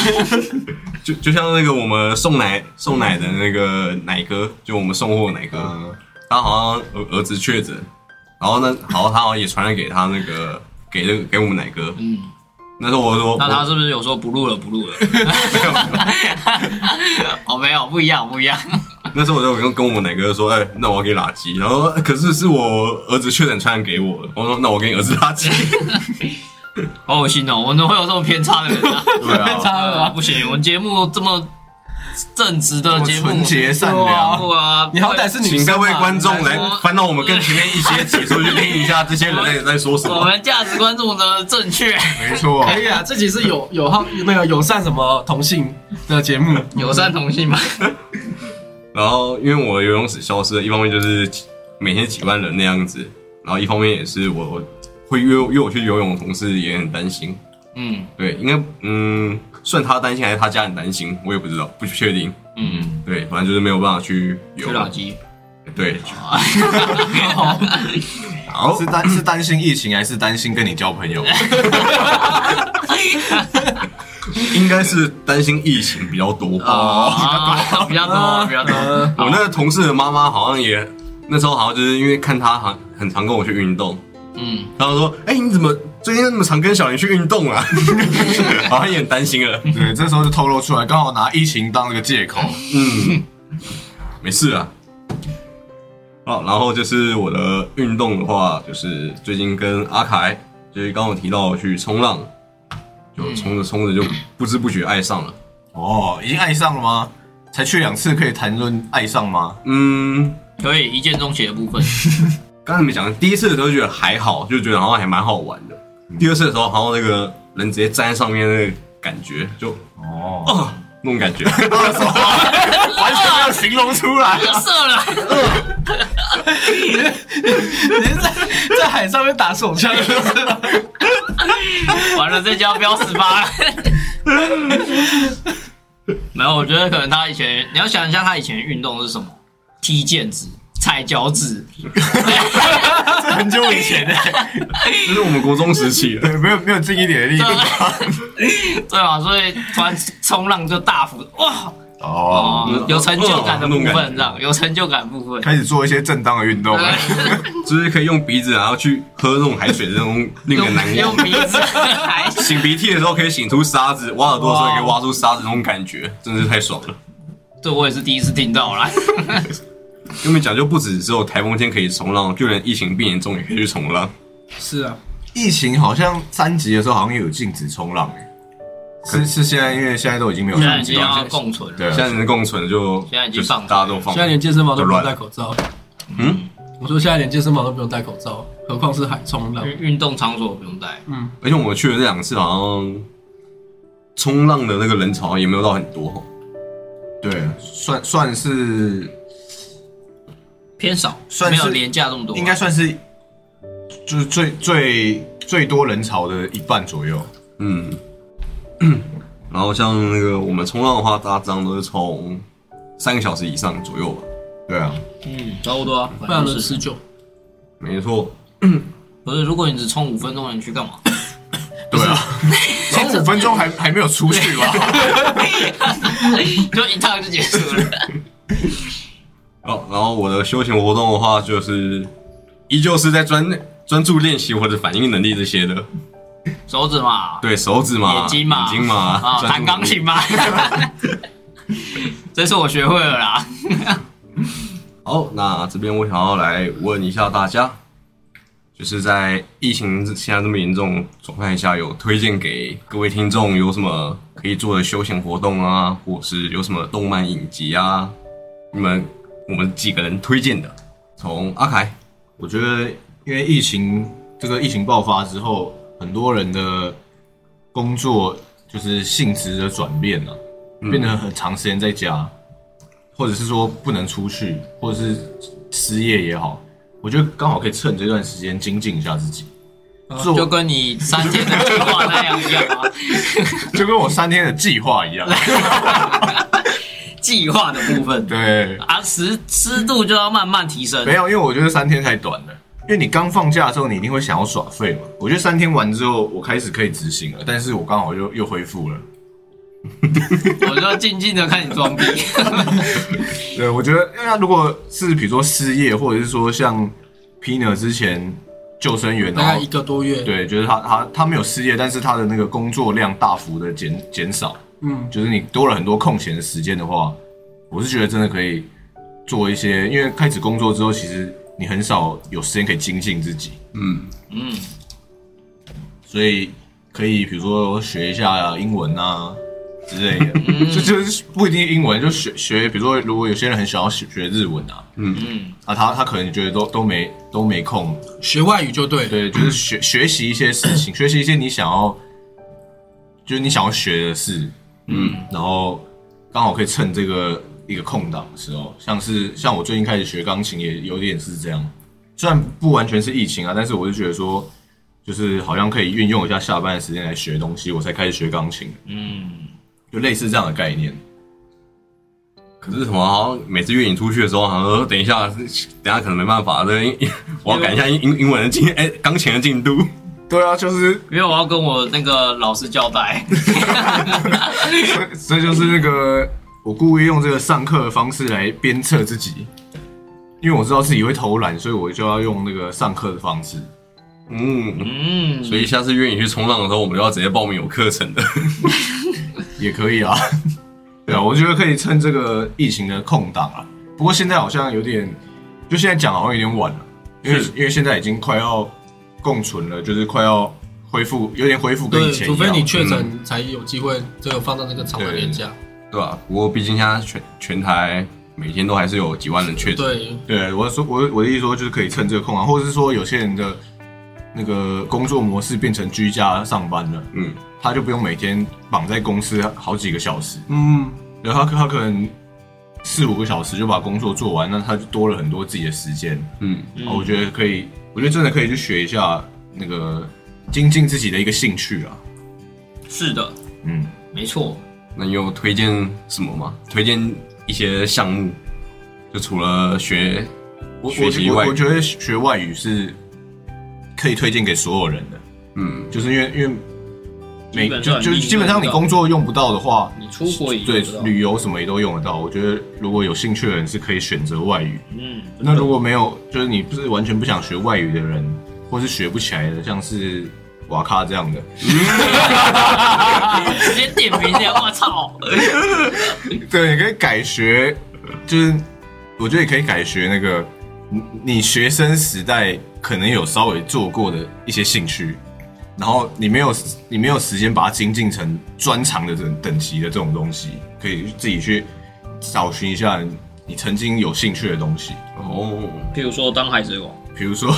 Speaker 1: 就就像那个我们送奶送奶的那个奶哥，就我们送货的奶哥，
Speaker 2: 嗯，
Speaker 1: 他好像儿儿子确诊，然后呢，好像他好像也传染给他那个给那个给我们奶哥。
Speaker 4: 嗯，
Speaker 1: 那时候我就说，
Speaker 4: 那他是不是有说不录了不录 了？哦，没有，不一样不一样。
Speaker 1: 那时候我就跟跟我们奶哥说，哎、那我要给你拉鸡。然后可是是我儿子确诊传染给我的，我说那我给你儿子拉鸡。
Speaker 4: 好恶心哦！我们会有这种偏差的 人啊！
Speaker 2: 对
Speaker 3: 太
Speaker 2: 啊，
Speaker 3: 差了
Speaker 4: 啊，
Speaker 3: 吧？
Speaker 4: 不行，我们节目这么正直的
Speaker 2: 这么
Speaker 4: 节目，
Speaker 2: 纯洁善
Speaker 3: 哇
Speaker 2: 良，
Speaker 4: 不啊，
Speaker 3: 你好歹是女生
Speaker 1: 请
Speaker 3: 嘛
Speaker 1: 各位观众来
Speaker 4: 我
Speaker 1: 翻到我们更前面一些解说，去听一下这些人在在说什
Speaker 4: 我
Speaker 1: 么。
Speaker 4: 们价值观这么的正确，
Speaker 2: 没错。
Speaker 3: 可以啊，这集是有有好那个友善什么同性的节目，
Speaker 4: 友善同性嘛。
Speaker 1: 然后因为我游泳池消失了，一方面就是每天几万人那样子，然后一方面也是我我会约约我去游泳的同事也很担心。
Speaker 4: 嗯
Speaker 1: 对，应该嗯，算他担心还是他家人担心，我也不知道，不确定。
Speaker 4: 嗯，
Speaker 1: 对，反正就是没有办法去游
Speaker 4: 吹。垃圾。
Speaker 1: 对，
Speaker 2: 好，是担是担心疫情，还是担心跟你交朋友？
Speaker 1: 应该是担心疫情比较多。
Speaker 4: 啊，比较多，比较
Speaker 2: 呃
Speaker 4: 多。
Speaker 1: 我那个同事的妈妈好像也那时候好像就是因为看她好像很常跟我去运动，
Speaker 4: 嗯，
Speaker 1: 然后说：“哎、你怎么最近那么常跟小林去运动啊？” 好像也很担心了。
Speaker 2: 对，这时候就透露出来，刚好拿疫情当那个借口。
Speaker 1: 嗯，没事啊。哦，然后就是我的运动的话，就是最近跟阿凯，就是刚刚我提到去冲浪，就
Speaker 4: 嗯
Speaker 1: 冲着冲着就不知不觉爱上了。
Speaker 2: 哦，已经爱上了吗？才去两次，可以谈论爱上吗？
Speaker 1: 嗯，
Speaker 4: 可以一见钟情的部分，
Speaker 1: 刚才你们讲，第一次的时候觉得还好，就觉得好像还蛮好玩的。
Speaker 4: 嗯
Speaker 1: 第二次的时候，好像那个人直接站在上面那个感觉，就
Speaker 2: 哦，
Speaker 1: 啊、那种感觉，
Speaker 2: 完全没有形容出 来。
Speaker 4: 射了，
Speaker 3: 你是在在海上面打手枪，是不是
Speaker 4: 完了这家标十八了。 没有，我觉得可能他以前，你要想一下他以前运动是什么，踢毽子、踩脚趾，
Speaker 2: 很久以前的，
Speaker 1: 就是我们国中时期的。
Speaker 2: 对，没有没有尽一点力。
Speaker 4: 对吧？所以突然冲浪就大幅哇，
Speaker 2: 哦，
Speaker 4: 哦，有成就感的部
Speaker 1: 哦那种感
Speaker 4: 分，
Speaker 1: 觉
Speaker 4: 这样有成就感的部分。
Speaker 2: 开始做一些正当的运动了。
Speaker 1: 就是可以用鼻子，啊然后去喝那种海水，这种令人难
Speaker 4: 用
Speaker 1: 忘。
Speaker 4: 鼻子来，
Speaker 1: 擤鼻涕的时候可以擤出沙子，挖耳朵的时候也可以挖出沙子，那种感觉真的是太爽了。
Speaker 4: 这我也是第一次听到啦。
Speaker 1: 跟你们讲，就不止只有台风天可以冲浪，就连疫情病严重也可以去冲浪。
Speaker 3: 是啊，
Speaker 2: 疫情好像三级的时候好像有禁止冲浪、欸，是是现在因为现在都已经没有
Speaker 4: 现在
Speaker 2: 三
Speaker 4: 已
Speaker 2: 级
Speaker 4: 经要
Speaker 2: 了，
Speaker 4: 共存了，
Speaker 2: 对
Speaker 1: 现在
Speaker 2: 啊，
Speaker 1: 能共存就
Speaker 4: 现在已经
Speaker 1: 就是
Speaker 4: 放开
Speaker 1: 大家都放
Speaker 3: 现在连健身房都不
Speaker 1: 就乱
Speaker 3: 用戴口罩。
Speaker 1: 嗯，
Speaker 3: 我说现在连健身房都不用戴口罩，何况是海冲浪。
Speaker 4: 运运动场所不用带，
Speaker 1: 而且我们去的这两次好像冲浪的那个人潮也没有到很多哦，
Speaker 2: 对，算算是
Speaker 4: 偏少，
Speaker 2: 算
Speaker 4: 没
Speaker 2: 是
Speaker 4: 有廉价这么多。
Speaker 2: 应该算是就是最最最多人潮的一半左右。
Speaker 1: 嗯。 然后像那个我们冲浪的话，大致上都是从三个小时以上左右吧。
Speaker 2: 对啊，
Speaker 4: 嗯，差不多啊，
Speaker 3: 非
Speaker 4: 百
Speaker 3: 常
Speaker 4: 分之
Speaker 3: 的
Speaker 4: 十。
Speaker 3: 持久，
Speaker 1: 没错，
Speaker 4: 不是，如果你只冲五分钟，你去干嘛？
Speaker 2: 对啊，前五分钟还还没有出去吧？
Speaker 4: 就一趟就结束了。
Speaker 1: 哦，然后我的休闲活动的话，就是依旧是在专专注练习我的反应能力这些的，
Speaker 4: 手指嘛，
Speaker 1: 对手指嘛、
Speaker 4: 眼睛嘛，
Speaker 1: 眼睛嘛
Speaker 4: 啊，，
Speaker 1: 专
Speaker 4: 弹
Speaker 1: 注
Speaker 4: 钢
Speaker 1: 能力
Speaker 4: 琴。嘛。 这次我学会了啦。
Speaker 1: 好，那这边我想要来问一下大家，就是在疫情现在这么严重的状态下，有推荐给各位听众有什么可以做的休闲活动啊，或是有什么动漫影集啊？你们我们几个人推荐的，从阿凯，
Speaker 2: 我觉得因为疫情这个疫情爆发之后，很多人的工作就是性质的转变了、变得很长时间在家，或者是说不能出去，或者是失业也好，我觉得刚好可以趁这段时间精进一下自己。做
Speaker 4: 就跟你三天的计划那样一样啊，
Speaker 2: 就跟我三天的计划一样，
Speaker 4: 计划的部分
Speaker 2: 对，
Speaker 4: 啊，湿湿度就要慢慢提升。
Speaker 2: 没有，因为我觉得三天太短了。因为你刚放假的时候，你一定会想要耍废嘛。我觉得三天完之后，我开始可以执行了，但是我刚好又又恢复了。
Speaker 4: 我就静静的看你装逼。
Speaker 2: 对，我觉得那如果是比如说失业，或者是说像 Pina 之前救生员，
Speaker 3: 大
Speaker 2: 然
Speaker 3: 概
Speaker 2: 后
Speaker 3: 一个多月。
Speaker 2: 对，就是他他他没有失业，但是他的那个工作量大幅的减减少，
Speaker 3: 嗯，
Speaker 2: 就是你多了很多空闲的时间的话，我是觉得真的可以做一些，因为开始工作之后，其实你很少有时间可以精进自己，
Speaker 1: 嗯，
Speaker 4: 嗯，
Speaker 2: 所以可以比如说学一下英文啊之类
Speaker 4: 嗯
Speaker 2: 的， 就就是不一定英文，就学学，比如说如果有些人很想要学学日文啊，
Speaker 4: 嗯，
Speaker 2: 啊他他可能觉得都都没都没空，
Speaker 3: 学外语就对。
Speaker 2: 对，就是学学习一些事情，学习一些你想要，就是你想要学的事，嗯，然后刚好可以趁这个一个空档的时候，像是像我最近开始学钢琴，也有点是这样，虽然不完全是疫情啊，但是我就觉得说，就是好像可以运用一下下班的时间来学东西，我才开始学钢琴，
Speaker 4: 嗯，
Speaker 2: 就类似这样的概念。
Speaker 1: 可是什么？好像每次约你出去的时候，好像呃说等一下，等一下可能没办法，这英 我要赶一下英英英文的进， 哎、钢琴的进度。
Speaker 2: 对啊，就是
Speaker 4: 因为我要跟我那个老师交代。
Speaker 2: 所以就是那个我故意用这个上课的方式来鞭策自己，因为我知道自己会偷懒，所以我就要用那个上课的方式。
Speaker 1: 嗯，
Speaker 4: 嗯，
Speaker 1: 所以下次约你去冲浪的时候，我们就要直接报名有课程的。
Speaker 2: 也可以啊。 对啊，我觉得可以趁这个疫情的空档啊。不过现在好像有点，就现在讲好像有点晚了，因为
Speaker 1: 是
Speaker 2: 因为现在已经快要共存了，就是快要恢复，有点恢复跟以
Speaker 3: 对，
Speaker 2: 前
Speaker 3: 除
Speaker 2: 一
Speaker 3: 非你
Speaker 2: 样。
Speaker 3: 确诊才有机会，只有放到那个长的年假。
Speaker 1: 对吧、不过毕竟现在全全台每天都还是有几万人确诊，
Speaker 3: 对，
Speaker 2: 对，我说我我的意思说就是可以趁这个空档，或者是说有些人的那个工作模式变成居家上班了，
Speaker 1: 嗯，
Speaker 2: 他就不用每天绑在公司好几个小时，
Speaker 3: 嗯，
Speaker 2: 然后他他可能四五个小时就把工作做完，那他就多了很多自己的时间。
Speaker 1: 嗯，
Speaker 4: 嗯
Speaker 2: 啊我觉得可以，我觉得真的可以去学一下那个精进自己的一个兴趣啊。
Speaker 4: 是的，
Speaker 2: 嗯，
Speaker 4: 没错。
Speaker 1: 那你有推荐什么吗？推荐一些项目，就除了学
Speaker 2: 我
Speaker 1: 学习
Speaker 2: 我
Speaker 1: 外
Speaker 2: 我
Speaker 1: 语，
Speaker 2: 觉得学外语是可以推荐给所有人的，
Speaker 1: 嗯，
Speaker 2: 就是因为因为
Speaker 4: 基
Speaker 2: 每
Speaker 4: 本
Speaker 2: 就
Speaker 4: 上
Speaker 2: 就
Speaker 4: 你
Speaker 2: 基本上你工作用不到的话，
Speaker 4: 你出国也
Speaker 2: 对
Speaker 4: 用不到
Speaker 2: 旅游什么也都用得到。我觉得如果有兴趣的人是可以选择外语。
Speaker 4: 嗯，真的
Speaker 2: 那如果没有，就是你不是完全不想学外语的人，或是学不起来的，像是瓦卡这样的，
Speaker 4: 直接点名掉，我 操！
Speaker 2: 对，你可以改学，就是我觉得也可以改学那个你你学生时代可能有稍微做过的一些兴趣，然后你没有你没有时间把它精进成专长的等等级的这种东西，可以自己去找寻一下你曾经有兴趣的东西，
Speaker 1: 哦，
Speaker 4: 譬如说当海贼王，
Speaker 2: 比如说，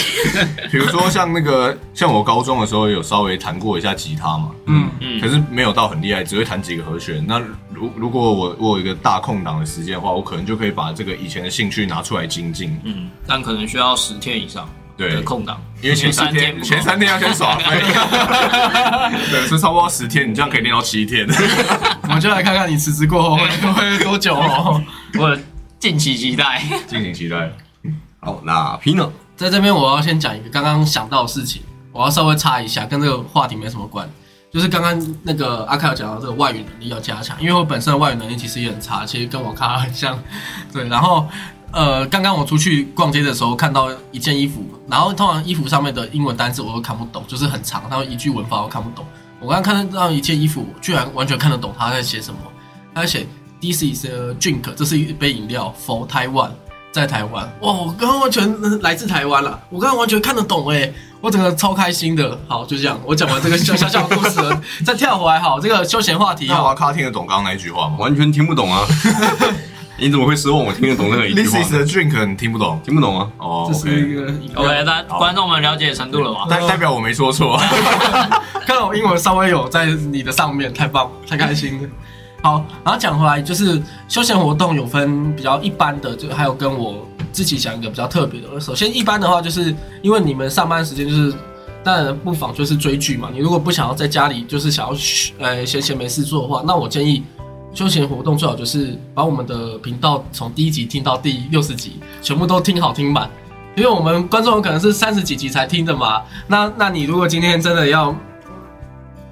Speaker 2: 比如说像那个像我高中的时候有稍微弹过一下吉他嘛，
Speaker 3: 嗯，
Speaker 4: 嗯
Speaker 2: 可是没有到很厉害，只会弹几个和弦。那如如果我我有一个大空档的时间的话，我可能就可以把这个以前的兴趣拿出来精进。
Speaker 4: 嗯，但可能需要十天以上
Speaker 2: 对
Speaker 4: 的，空档，
Speaker 2: 因为前三天
Speaker 4: 不够
Speaker 2: 前三天要先耍废， 对，是差不多十天，你这样可以练到七天。
Speaker 3: 我们就来看看你辞职过后会会多久哦。
Speaker 4: 我近期期待。
Speaker 2: 敬请期待。
Speaker 1: 好，那 Pino，
Speaker 3: 在这边我要先讲一个刚刚想到的事情，我要稍微插一下，跟这个话题没什么关，就是刚刚那个阿凯有讲到这个外语能力要加强，因为我本身的外语能力其实也很差，其实跟我卡很像，对，然后。呃，刚刚我出去逛街的时候看到一件衣服，然后通常衣服上面的英文单词我都看不懂，就是很长，然后一句文法我看不懂。我刚刚看到一件衣服，我居然完全看得懂他在写什么，他在写 This is a drink，这是一杯饮料，for Taiwan，在台湾。哇，我刚刚完全呃来自台湾了，我刚刚完全看得懂哎、我整个超开心的。好，就这样，我讲完这个小小小的故事了， 再跳回来好，这个休闲话题
Speaker 2: 那
Speaker 3: 好
Speaker 2: 瓦卡听得懂刚刚那一句话吗
Speaker 1: 完全听不懂啊！ 你怎么会奢望我听得懂那个一句
Speaker 2: ？This
Speaker 1: 话？
Speaker 2: is a drink，你听不懂
Speaker 1: 听不懂啊！
Speaker 2: 哦。
Speaker 3: 这是一
Speaker 2: OK，
Speaker 3: 个饮料
Speaker 4: OK，大家观众们了解程度了吧？
Speaker 2: 代代表我没说错。
Speaker 3: 看到我英文稍微有在你的上面，太棒了，太开心了。好，然后讲回来，就是休闲活动有分比较一般的，就还有跟我自己讲一个比较特别的。首先，一般的话，就是因为你们上班时间就是，当然不妨就是追剧嘛。你如果不想要在家里，就是想要嘘呃闲闲没事做的话，那我建议休闲活动最好就是把我们的频道从第一集听到第六十集，全部都听好听满。因为我们观众有可能是三十几集才听的嘛，那那你如果今天真的要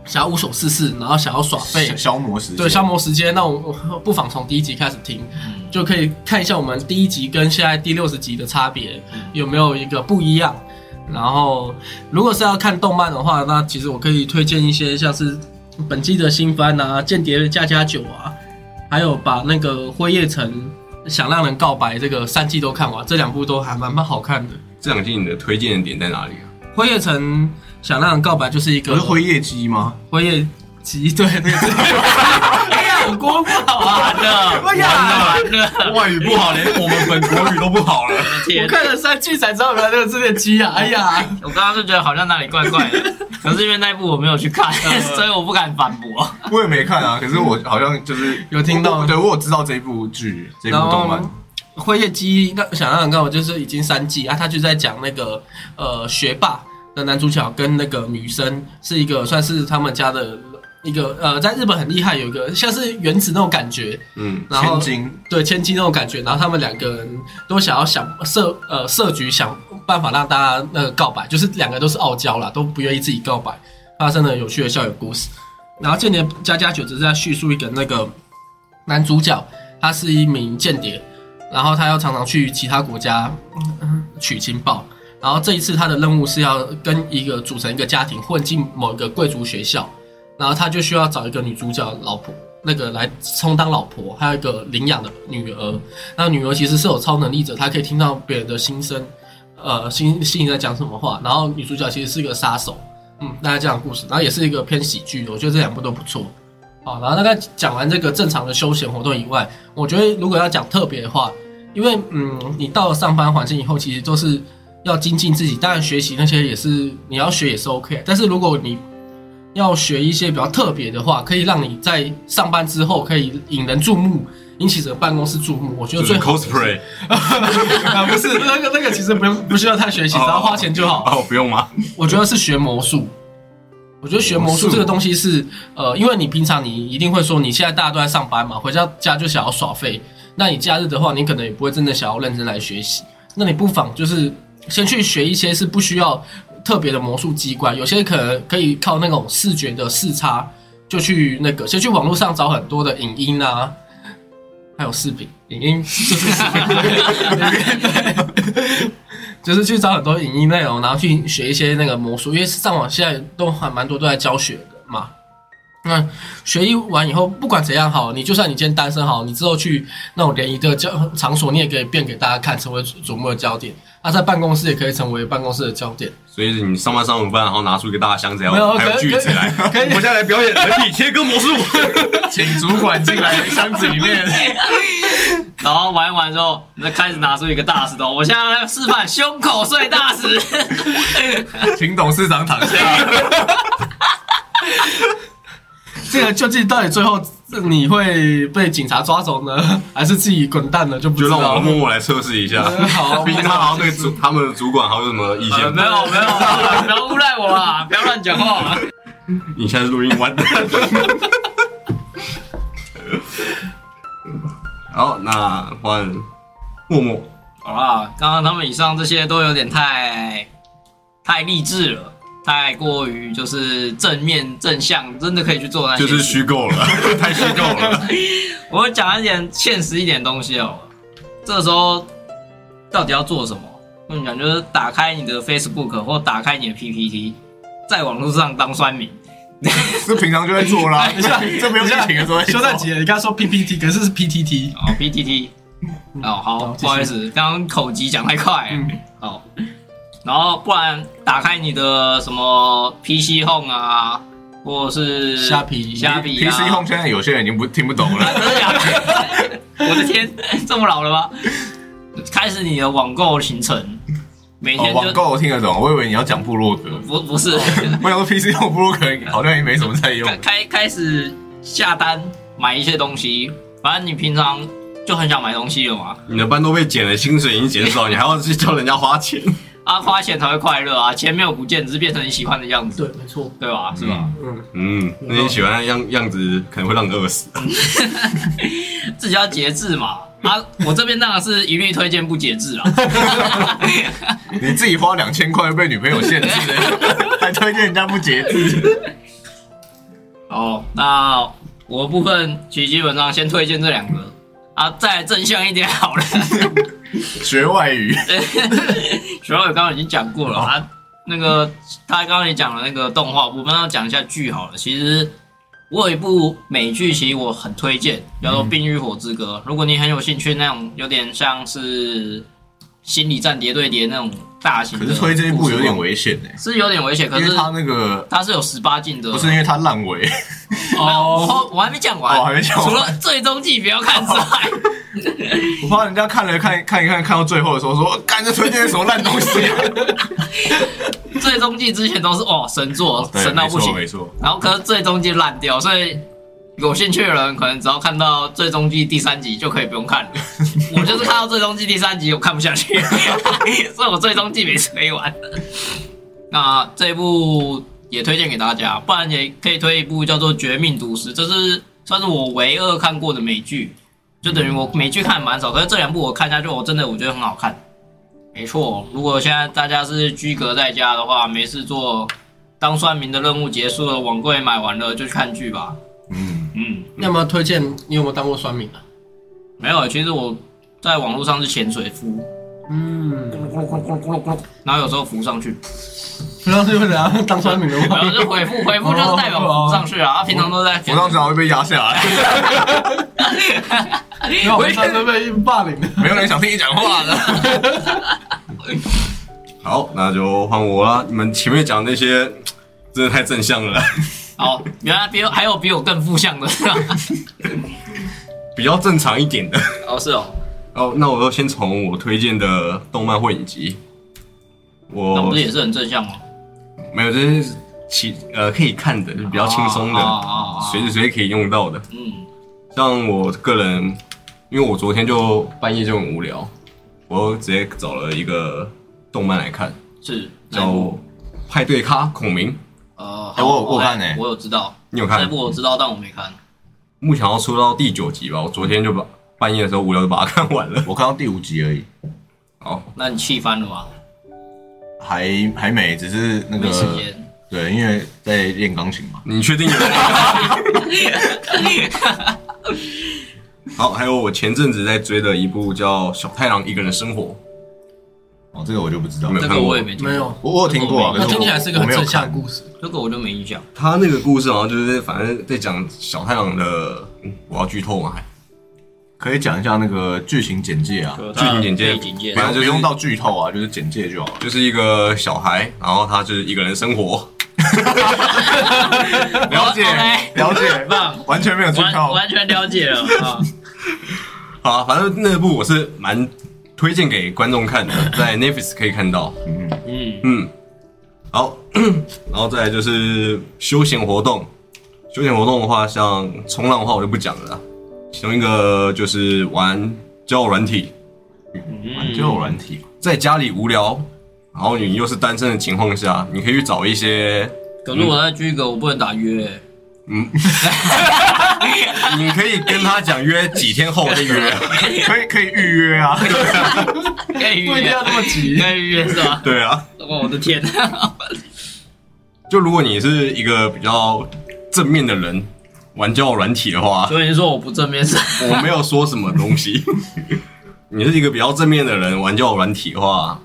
Speaker 3: 想要无所事事，然后想要耍废
Speaker 2: 消，消磨时间。
Speaker 3: 对消磨时间，那我我不妨从第一集开始听，
Speaker 2: 嗯
Speaker 3: 就可以看一下我们第一集跟现在第六十集的差别
Speaker 2: 嗯
Speaker 3: 有没有一个不一样。然后，如果是要看动漫的话，那其实我可以推荐一些像是本季的新番啊，《间谍的加加酒》啊，还有把那个《辉夜城》《想让人告白》这个三季都看完，这两部都还蛮蛮好看的。
Speaker 1: 这两季你的推荐点在哪里啊？
Speaker 3: 《辉夜城》想让人告白就是一
Speaker 2: 不
Speaker 3: 个
Speaker 2: 是辉夜姬吗？
Speaker 3: 我也急， 对对对。哎呀，我国不好啊！
Speaker 4: 完了，
Speaker 3: 哎
Speaker 4: 完了，
Speaker 3: 呀，
Speaker 4: 完了！
Speaker 1: 外语不好，连我们本国语都不好了。
Speaker 4: 天
Speaker 3: 我，看了三句才知道原来那个字念鸡啊！哎呀，
Speaker 4: 我刚刚就觉得好像哪里怪怪的，可是因为那一部我没有去看， 所以我不敢反驳。
Speaker 2: 我也没看啊，可是我
Speaker 3: 嗯
Speaker 2: 好像就是
Speaker 3: 有听到
Speaker 2: 我对我有知道这部剧，这部
Speaker 3: 然后
Speaker 2: 动漫。
Speaker 3: 辉夜姬那想让人看我就是已经三季啊，他就在讲那个呃学霸的男主角跟那个女生是一个算是他们家的一个呃，在日本很厉害，有一个像是原子那种感觉，
Speaker 1: 嗯，
Speaker 3: 然后
Speaker 2: 千金
Speaker 3: 对千金那种感觉，然后他们两个人都想要想设呃设局想办法让大家那个告白，就是两个都是傲娇啦，都不愿意自己告白，发生了有趣的校园故事。然后《间谍加加九》只是在叙述一个那个男主角，他是一名间谍，然后他要常常去其他国家嗯取情报。然后这一次他的任务是要跟一个组成一个家庭，混进某一个贵族学校，然后他就需要找一个女主角老婆，那个来充当老婆，还有一个领养的女儿。那女儿其实是有超能力者，她可以听到别人的心声，呃，心心里在讲什么话。然后女主角其实是一个杀手，嗯，大概这样的故事，然后也是一个偏喜剧的，我觉得这两部都不错。好，然后大概讲完这个正常的休闲活动以外，我觉得如果要讲特别的话，因为嗯，你到了上班环境以后，其实都是要精进自己，当然学习那些也是你要学也是 OK，但是如果你要学一些比较特别的话，可以让你在上班之后可以引人注目，引起整个办公室注目。我觉得
Speaker 1: 就
Speaker 3: 最
Speaker 1: 是
Speaker 3: 好的
Speaker 1: cosplay
Speaker 3: 啊，不是那个那个，其实不用不需要太学习，
Speaker 1: 哦
Speaker 3: 只要花钱就好。
Speaker 1: 哦，不用吗？
Speaker 3: 我觉得是学魔术。我觉得学魔术
Speaker 2: 魔术
Speaker 3: 这个东西是，呃，因为你平常你一定会说，你现在大家都在上班嘛，回到家就想要耍废。那你假日的话，你可能也不会真的想要认真来学习。那你不妨就是先去学一些是不需要特别的魔术机关，有些可能可以靠那种视觉的视差，就去那个先去网络上找很多的影音啊，还有视频，影音就是视 频， 对，就是去找很多影音内容，然后去学一些那个魔术，因为上网现在都还蛮多都在教学的嘛。那学艺完以后，不管怎样好，你就算你今天单身好，你之后去那种联谊的教场所，你也可以变给大家看，成为瞩目的焦点。那、在办公室也可以成为办公室的焦点。
Speaker 1: 所以你上班上午饭，然后拿出一个大箱子，然
Speaker 3: 没有
Speaker 1: 后还有
Speaker 3: 可
Speaker 1: 锯子来，
Speaker 3: 可以
Speaker 1: 我们现在来表演人体切割魔术。
Speaker 2: 请主管进来箱子里面，
Speaker 4: 然后玩一玩之后，那开始拿出一个大石头，我现在示范胸口碎大石。
Speaker 2: 请董事长躺下。
Speaker 3: 这个究竟到底最后你会被警察抓走呢，还是自己滚蛋了就不
Speaker 1: 就
Speaker 3: 知
Speaker 1: 让
Speaker 3: 道
Speaker 1: 我
Speaker 3: 了？
Speaker 1: 默默来测试一下
Speaker 3: 嗯好，
Speaker 1: 毕竟他好像对主他们的主管还有什么意
Speaker 4: 呃
Speaker 1: 见
Speaker 4: 没。有没有，不要诬赖我啦，不要乱讲话。
Speaker 1: 你现在是录音完蛋。 好，那换默默，
Speaker 4: 好啦，刚刚他们以上这些都有点太太励志了，太过于就是正面正向，真的可以去做那些
Speaker 1: 就
Speaker 4: 事。
Speaker 1: 是虚构了， 太虚构了。
Speaker 4: 我讲一点现实一点东西哦。这时候到底要做什么？跟你讲，就是打开你的 Facebook 或打开你的 PPT，在网络上当酸民。
Speaker 2: 这平常就在做啦， 这不用疫情的时候在
Speaker 3: 休
Speaker 2: 做
Speaker 3: 战姐，你刚才说 PPT，可是是 PTT。
Speaker 4: 哦，PTT。哦，好，
Speaker 3: 好继续
Speaker 4: 不好意思，刚刚口急讲太快。
Speaker 3: 嗯
Speaker 4: 好，然后不然打开你的什么 PC Home 啊，或者是
Speaker 3: 呃虾皮
Speaker 4: 虾皮啊
Speaker 2: PC Home 现在有些人已经不听不懂了，
Speaker 4: 真的假的？ 我的天，这么老了吗？开始你的网购行程，每
Speaker 2: 哦
Speaker 4: 天
Speaker 2: 网
Speaker 4: 就、
Speaker 2: 购我听得懂，我以为你要讲部落 格。
Speaker 4: 不不是，
Speaker 2: 我想说 PC Home 部落格好像也没什么在 用
Speaker 4: 开，开开始下单买一些东西，反正你平常就很想买东西了嘛，
Speaker 1: 你的班都被减了，薪水已经减少，你还要去叫人家花钱。
Speaker 4: 啊，花钱才会快乐啊，钱没有不见，只是变成你喜欢的样子，
Speaker 3: 对，没错。
Speaker 4: 对吧？是吧？
Speaker 3: 嗯，
Speaker 1: 嗯，那你喜欢的样样子可能会让你饿死。
Speaker 4: 自己要节制嘛。啊，我这边当然是一律推荐不节 制啦。
Speaker 2: 你自己花两千块被女朋友限制 的，还推荐人家不节制。
Speaker 4: 哦，那我的部分其实基本上先推荐这两个啊，再来正向一点好了。
Speaker 2: 学外语，
Speaker 4: 学校也刚刚已经讲过了啊，那个他刚刚也讲了那个动画部分，那讲一下剧好了。其实我有一部美剧，其实我很推荐，叫
Speaker 2: 嗯
Speaker 4: 做《冰与火之歌》。如果你很有兴趣，那种有点像是心理战叠对叠那种大型
Speaker 2: 可
Speaker 4: 的，
Speaker 2: 是推这一步有点，危险
Speaker 3: 嗯
Speaker 2: 呢，
Speaker 4: 是有点危险，可
Speaker 2: 因
Speaker 4: 是
Speaker 2: 为他那个
Speaker 4: 它是有十八禁的，
Speaker 2: 不是因为他烂尾，
Speaker 4: 哦，我我还没讲完，
Speaker 2: 哦还没讲完哦
Speaker 4: 除了最终季不要看之 外，
Speaker 2: 我怕人家看了看看一看，看到最后的时候说，呃干这推荐什么烂东西啊！
Speaker 4: 最终季之前都是哦神作，
Speaker 2: 对
Speaker 4: 神到不
Speaker 2: 没错
Speaker 4: 行。
Speaker 2: 没错，
Speaker 4: 然后可是最终季烂掉，所以有兴趣的人可能只要看到最终季第三集就可以不用看了。我就是看到最终季第三集，我看不下去，所以我最终季没追完。那这部也推荐给大家，不然也可以推一部叫做《绝命毒师》，这是算是我唯二看过的美剧，就等于我美剧看得蛮少，可是这两部我看下去，我真的我觉得很好看。没错，如果现在大家是居隔在家的话，没事做，当算命的任务结束了，网购也买完了，就去看剧吧。
Speaker 2: 嗯，
Speaker 4: 嗯，
Speaker 3: 那么推荐你有没有当过酸民啊？
Speaker 4: 没有，其实我在网络上是潜水夫，
Speaker 3: 嗯，
Speaker 4: 然后有时候浮上去，
Speaker 3: 不知道是不是怎样当酸民的
Speaker 4: 然
Speaker 3: 话
Speaker 4: 后，就回复回复就是代表浮上去啊，他平常都在
Speaker 2: 我当时还会被压下来，
Speaker 3: 因为我们常常被霸凌的。
Speaker 2: 没有人想听你讲话的。
Speaker 1: 好，那就换我啦。你们前面讲那些真的太正向了啦，
Speaker 4: 哦，原来比我还有比我更负向的是吧？
Speaker 1: 比较正常一点的。
Speaker 4: 哦，是哦，
Speaker 1: 哦，那我就先从我推荐的动漫或影集，
Speaker 4: 那
Speaker 1: 我
Speaker 4: 不是也是很正向吗？
Speaker 1: 没有，这是其呃可以看的，就比较轻松
Speaker 4: 哦
Speaker 1: 的，
Speaker 4: 哦哦
Speaker 1: 随时随地可以用到的。
Speaker 4: 嗯，
Speaker 1: 像我个人，因为我昨天就半夜就很无聊，我直接找了一个动漫来看，
Speaker 4: 是
Speaker 1: 叫《派对咖孔明》，
Speaker 4: 呃，
Speaker 2: 哎
Speaker 4: 好
Speaker 2: 我有我看欸
Speaker 4: 我有知道
Speaker 1: 你有
Speaker 4: 这
Speaker 1: 看？
Speaker 4: 部我知道，但我没看。
Speaker 1: 目前要出到第九集吧，我昨天就把半夜的时候无聊就把它看完 了。
Speaker 2: 我看到第五集而已，
Speaker 1: 好，
Speaker 4: 那你气翻了吗？
Speaker 2: 还还没，只是那
Speaker 4: 没时
Speaker 2: 个
Speaker 4: 间。
Speaker 2: 对，因为在练钢琴嘛。
Speaker 1: 你确定有？ 好，还有我前阵子在追的一部叫《小太郎一个人生活
Speaker 2: 哦，这个我就不知道
Speaker 1: 没，有
Speaker 4: 这个我也没听过
Speaker 3: 没，有，
Speaker 2: 我我有听过啊，可
Speaker 3: 那
Speaker 2: 是我
Speaker 3: 听起来是个
Speaker 2: 我
Speaker 3: 很
Speaker 2: 没有
Speaker 3: 正向的
Speaker 2: 看。
Speaker 3: 故事。
Speaker 4: 这个我就没印象。》，
Speaker 1: 他那个故事好像就是反正在讲小太郎的，嗯我要剧透吗？
Speaker 2: 可以讲一下那个剧情简介啊，
Speaker 1: 剧情简介
Speaker 4: 背景简
Speaker 2: 不
Speaker 1: 反正就
Speaker 4: 介
Speaker 2: 用不
Speaker 1: 是
Speaker 2: 用到剧透啊，就是简介就好 了。
Speaker 1: 就是一个小孩，然后他就是一个人生活，
Speaker 2: 了解
Speaker 4: OK
Speaker 2: 了解，
Speaker 4: 棒
Speaker 2: 完全没有剧
Speaker 4: 完
Speaker 2: 透。
Speaker 4: 完全了解了啊。
Speaker 1: 好啊，反正那部我是蛮推荐给观众看的，在 Netflix 可以看到。
Speaker 4: 嗯，
Speaker 1: 嗯，好， 然后再来就是休闲活动。休闲活动的话，像冲浪的话，我就不讲了啦。其中一个就是玩交友软体，
Speaker 2: 嗯就有软体嘛，
Speaker 1: 在家里无聊，然后你又是单身的情况下，你可以去找一些，
Speaker 4: 可是我在居格，我不能打约欸。
Speaker 1: 你可以跟他讲约几天后再约。
Speaker 2: 可以可以预约啊。
Speaker 4: 可
Speaker 1: 哎
Speaker 4: 以
Speaker 3: 不
Speaker 4: 预
Speaker 3: 一定
Speaker 4: 约
Speaker 3: 要，那么 急。
Speaker 4: 可以预约是吧？
Speaker 1: 对啊，
Speaker 4: 哦，我的天！
Speaker 1: 就如果你是一个比较正面的人，玩交友软体的 话，
Speaker 4: 所以你说我不正面是？
Speaker 1: 我没有说什么东西。 你是一个比较正面的人，玩交友软体的话，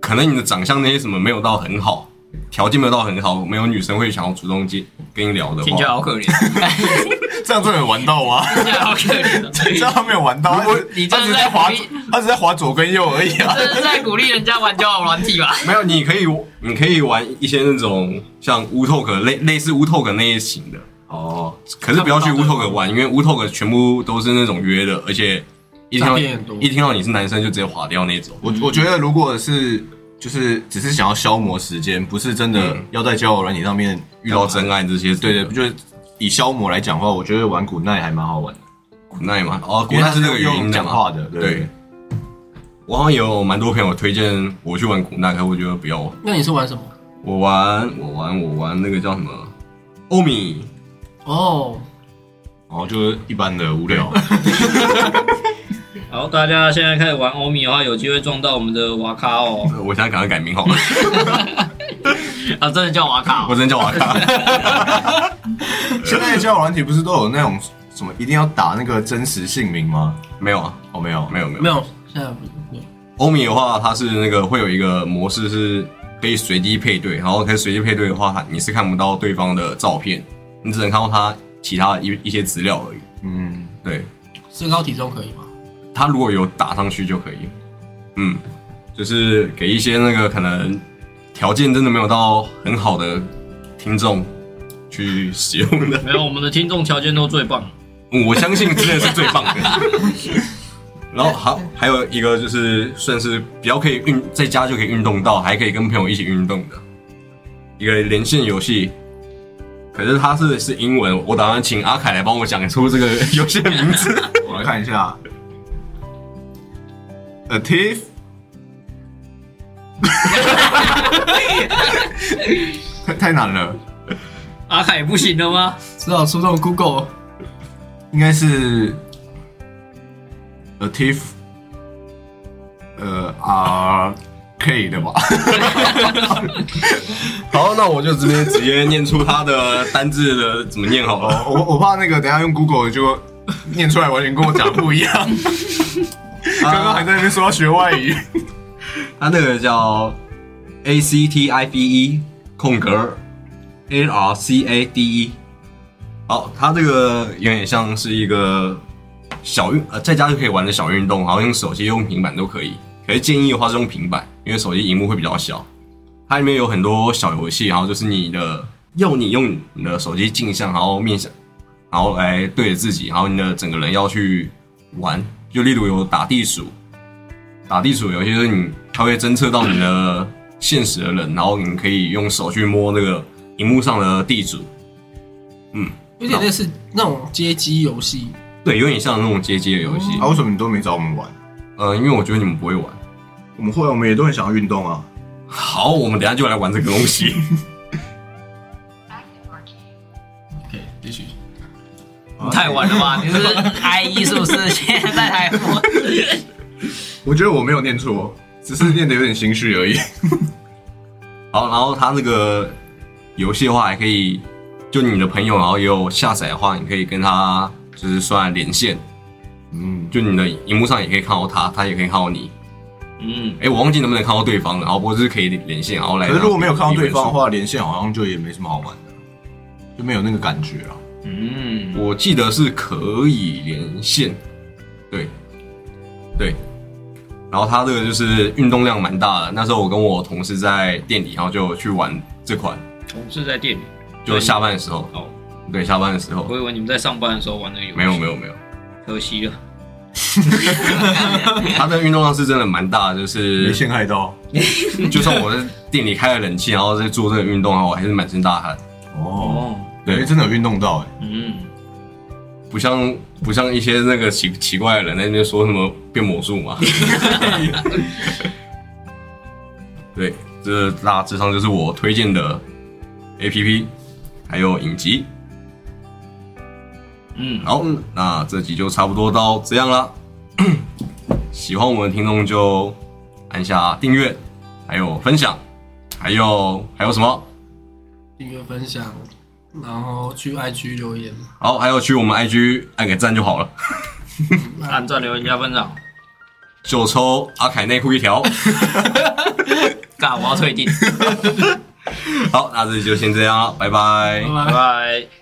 Speaker 1: 可能你的长相那些什么没有到很好，条件没有到很好，没有女生会想要主动接跟你聊的
Speaker 4: 听起来
Speaker 1: 话。
Speaker 4: 好可怜，
Speaker 2: 这样真的有玩到吗？
Speaker 4: 听起来 好可怜。啊
Speaker 2: 这样他没有玩到，他只
Speaker 4: 你
Speaker 2: 他只
Speaker 4: 真
Speaker 2: 是
Speaker 4: 的
Speaker 2: 在
Speaker 4: 在
Speaker 2: 滑
Speaker 4: 鼓励，
Speaker 2: 他只是在滑左跟右而已啊。
Speaker 4: 这是在鼓励人家玩交友软体吧？
Speaker 1: 没有，你可以你可以玩一些那种像乌透克类类似乌透克那一型的，
Speaker 2: 哦，
Speaker 1: 可是不要去乌透克玩，因为乌透克全部都是那种约的，而且一听到
Speaker 3: 诈骗很多
Speaker 1: 一听到你是男生就直接划掉那种。
Speaker 2: 我我觉得如果是就是只是想要消磨时间，不是真的
Speaker 1: 嗯
Speaker 2: 要在交友软体上面
Speaker 1: 遇
Speaker 2: 遇
Speaker 1: 到
Speaker 2: 到
Speaker 1: 真爱这些，
Speaker 2: 对对，就是以消磨来讲的话，我觉得玩古奈还蛮好玩的，
Speaker 1: 古奈嘛，哦，古
Speaker 2: 因为
Speaker 1: 奈
Speaker 2: 它
Speaker 1: 是那个
Speaker 2: 是
Speaker 1: 语音
Speaker 2: 用
Speaker 1: 的
Speaker 2: 讲
Speaker 1: 嘛。
Speaker 2: 话的，对
Speaker 1: 对。我好像也有蛮多朋友推荐我去玩古奈，可是我觉得不要。
Speaker 3: 那你是玩什么？
Speaker 1: 我玩，我玩，我玩那个叫什么欧米，
Speaker 3: 哦，
Speaker 2: 然后就是一般的无聊，
Speaker 4: 好，大家现在开始玩欧米的话，有机会撞到我们的瓦卡哦。
Speaker 1: 呃我现在赶快改名好了，
Speaker 4: 啊，真的叫瓦卡
Speaker 1: 我
Speaker 4: 哦、
Speaker 1: 真叫瓦卡。
Speaker 2: 现在的交友软体不是都有那种什么一定要打那个真实姓名吗？
Speaker 1: 没有啊，
Speaker 2: 哦，没有，
Speaker 1: 没有没有
Speaker 3: 没。有，现在没有。
Speaker 1: 欧米的话，它是那个会有一个模式是可以随机配对，然后可以随机配对的话，你是看不到对方的照片，你只能看到他其他的一一些资料而已。
Speaker 2: 嗯，
Speaker 1: 对，
Speaker 3: 身高体重可以吗？
Speaker 1: 他如果有打上去就可以。嗯，就是给一些那个可能条件真的没有到很好的听众去使用的。
Speaker 4: 没有，我们的听众条件都最棒。
Speaker 1: 我相信真的是最棒的。 然后好，还有一个就是算是比较可以运，在家就可以运动到，还可以跟朋友一起运动的一个连线游戏。可是它是是英文，我打算请阿凯来帮我讲出这个游戏的名字。
Speaker 2: 我来看一下，A Thief， 太太难了，
Speaker 4: 阿凯不行了吗？
Speaker 3: 只好出动 Google。
Speaker 2: 应该是 a thief，呃 R K 的吧？
Speaker 1: 好，那我就这边直接念出他的单字的怎么念好 了。
Speaker 2: 哦我我怕那个等一下用 Google 就念出来，完全跟我讲不一 样。啊
Speaker 1: 啊
Speaker 2: 刚刚还在那边说要学外语，
Speaker 1: 他那个叫 A C T I V E 空格 A R C A D E。好，它这个有点像是一个小运呃，在家就可以玩的小运动，好像用手机、用平板都可以。可是建议的话是用平板，因为手机荧幕会比较小。它里面有很多小游戏，然后就是你的要你用你的手机镜像，然后面向，然后来对着自己，然后你的整个人要去玩。就例如有打地鼠，打地鼠有些就是你，它会侦测到你的现实的人，然后你可以用手去摸那个荧幕上的地主，
Speaker 3: 有点类似那种街机游戏，
Speaker 1: 对，有点像那种街机的游戏。
Speaker 2: 啊，为什么你都没找我们玩？
Speaker 1: 呃，因为我觉得你们不会玩。
Speaker 2: 我们会，我们也都很想要运动啊。
Speaker 1: 好，我们等一下就来玩这个东西。
Speaker 3: OK，也许
Speaker 4: 你 太晚了吧？你是 I E 是不是？现在才播，
Speaker 2: 我觉得我没有念错，只是念的有点心虚而已。
Speaker 1: 好，然后它这个游戏的话，还可以就你的朋友，然后也有下载的话，你可以跟他就是算连线，
Speaker 2: 嗯，
Speaker 1: 就你的荧幕上也可以看到他，他也可以看到你。
Speaker 4: 嗯，
Speaker 1: 哎，我忘记能不能看到对方了，然后哦不过就是可以连线，然后来。
Speaker 2: 可是如果没有看到对方的，话，连线好像就也没什么好玩的，就没有那个感觉啊。
Speaker 4: 嗯，
Speaker 1: 我记得是可以连线，对，对。然后它这个就是运动量蛮大的，那时候我跟我同事在店里，然后就去玩这款，
Speaker 4: 同事在店里
Speaker 1: 就是下班的时候，
Speaker 4: 哦，
Speaker 1: 对，下班的时候，
Speaker 4: 我以为你们在上班的时候玩那个游戏，
Speaker 1: 没有没，有没有，
Speaker 4: 可惜了，
Speaker 1: 它的运动量是真的蛮大的，就是
Speaker 2: 被陷害到
Speaker 1: 就算我在店里开了冷气，然后在做这个运动，然后我还是满身大汗。
Speaker 2: 哦，
Speaker 4: 哦，
Speaker 2: 对，
Speaker 1: 对
Speaker 2: 真的有运动到哎、
Speaker 4: 嗯，
Speaker 1: 不像不像一些那个奇奇怪的人在那边说什么变魔术嘛。对，这大致上就是我推荐的 A P P，还有影集。
Speaker 4: 嗯，
Speaker 1: 好，那这集就差不多到这样啦。 喜欢我们的听众就按下订阅，还有分享，还有还有什么？
Speaker 3: 订阅分享，然后去 IG 留言，
Speaker 1: 好，还有去我们 I G 按个赞就好了。
Speaker 4: 按赞留言加分享，
Speaker 1: 就抽阿凯内裤一条。
Speaker 4: 干，我要退订，
Speaker 1: 好，那这里就先这样了，拜拜
Speaker 4: 拜
Speaker 3: 拜拜。
Speaker 4: 拜。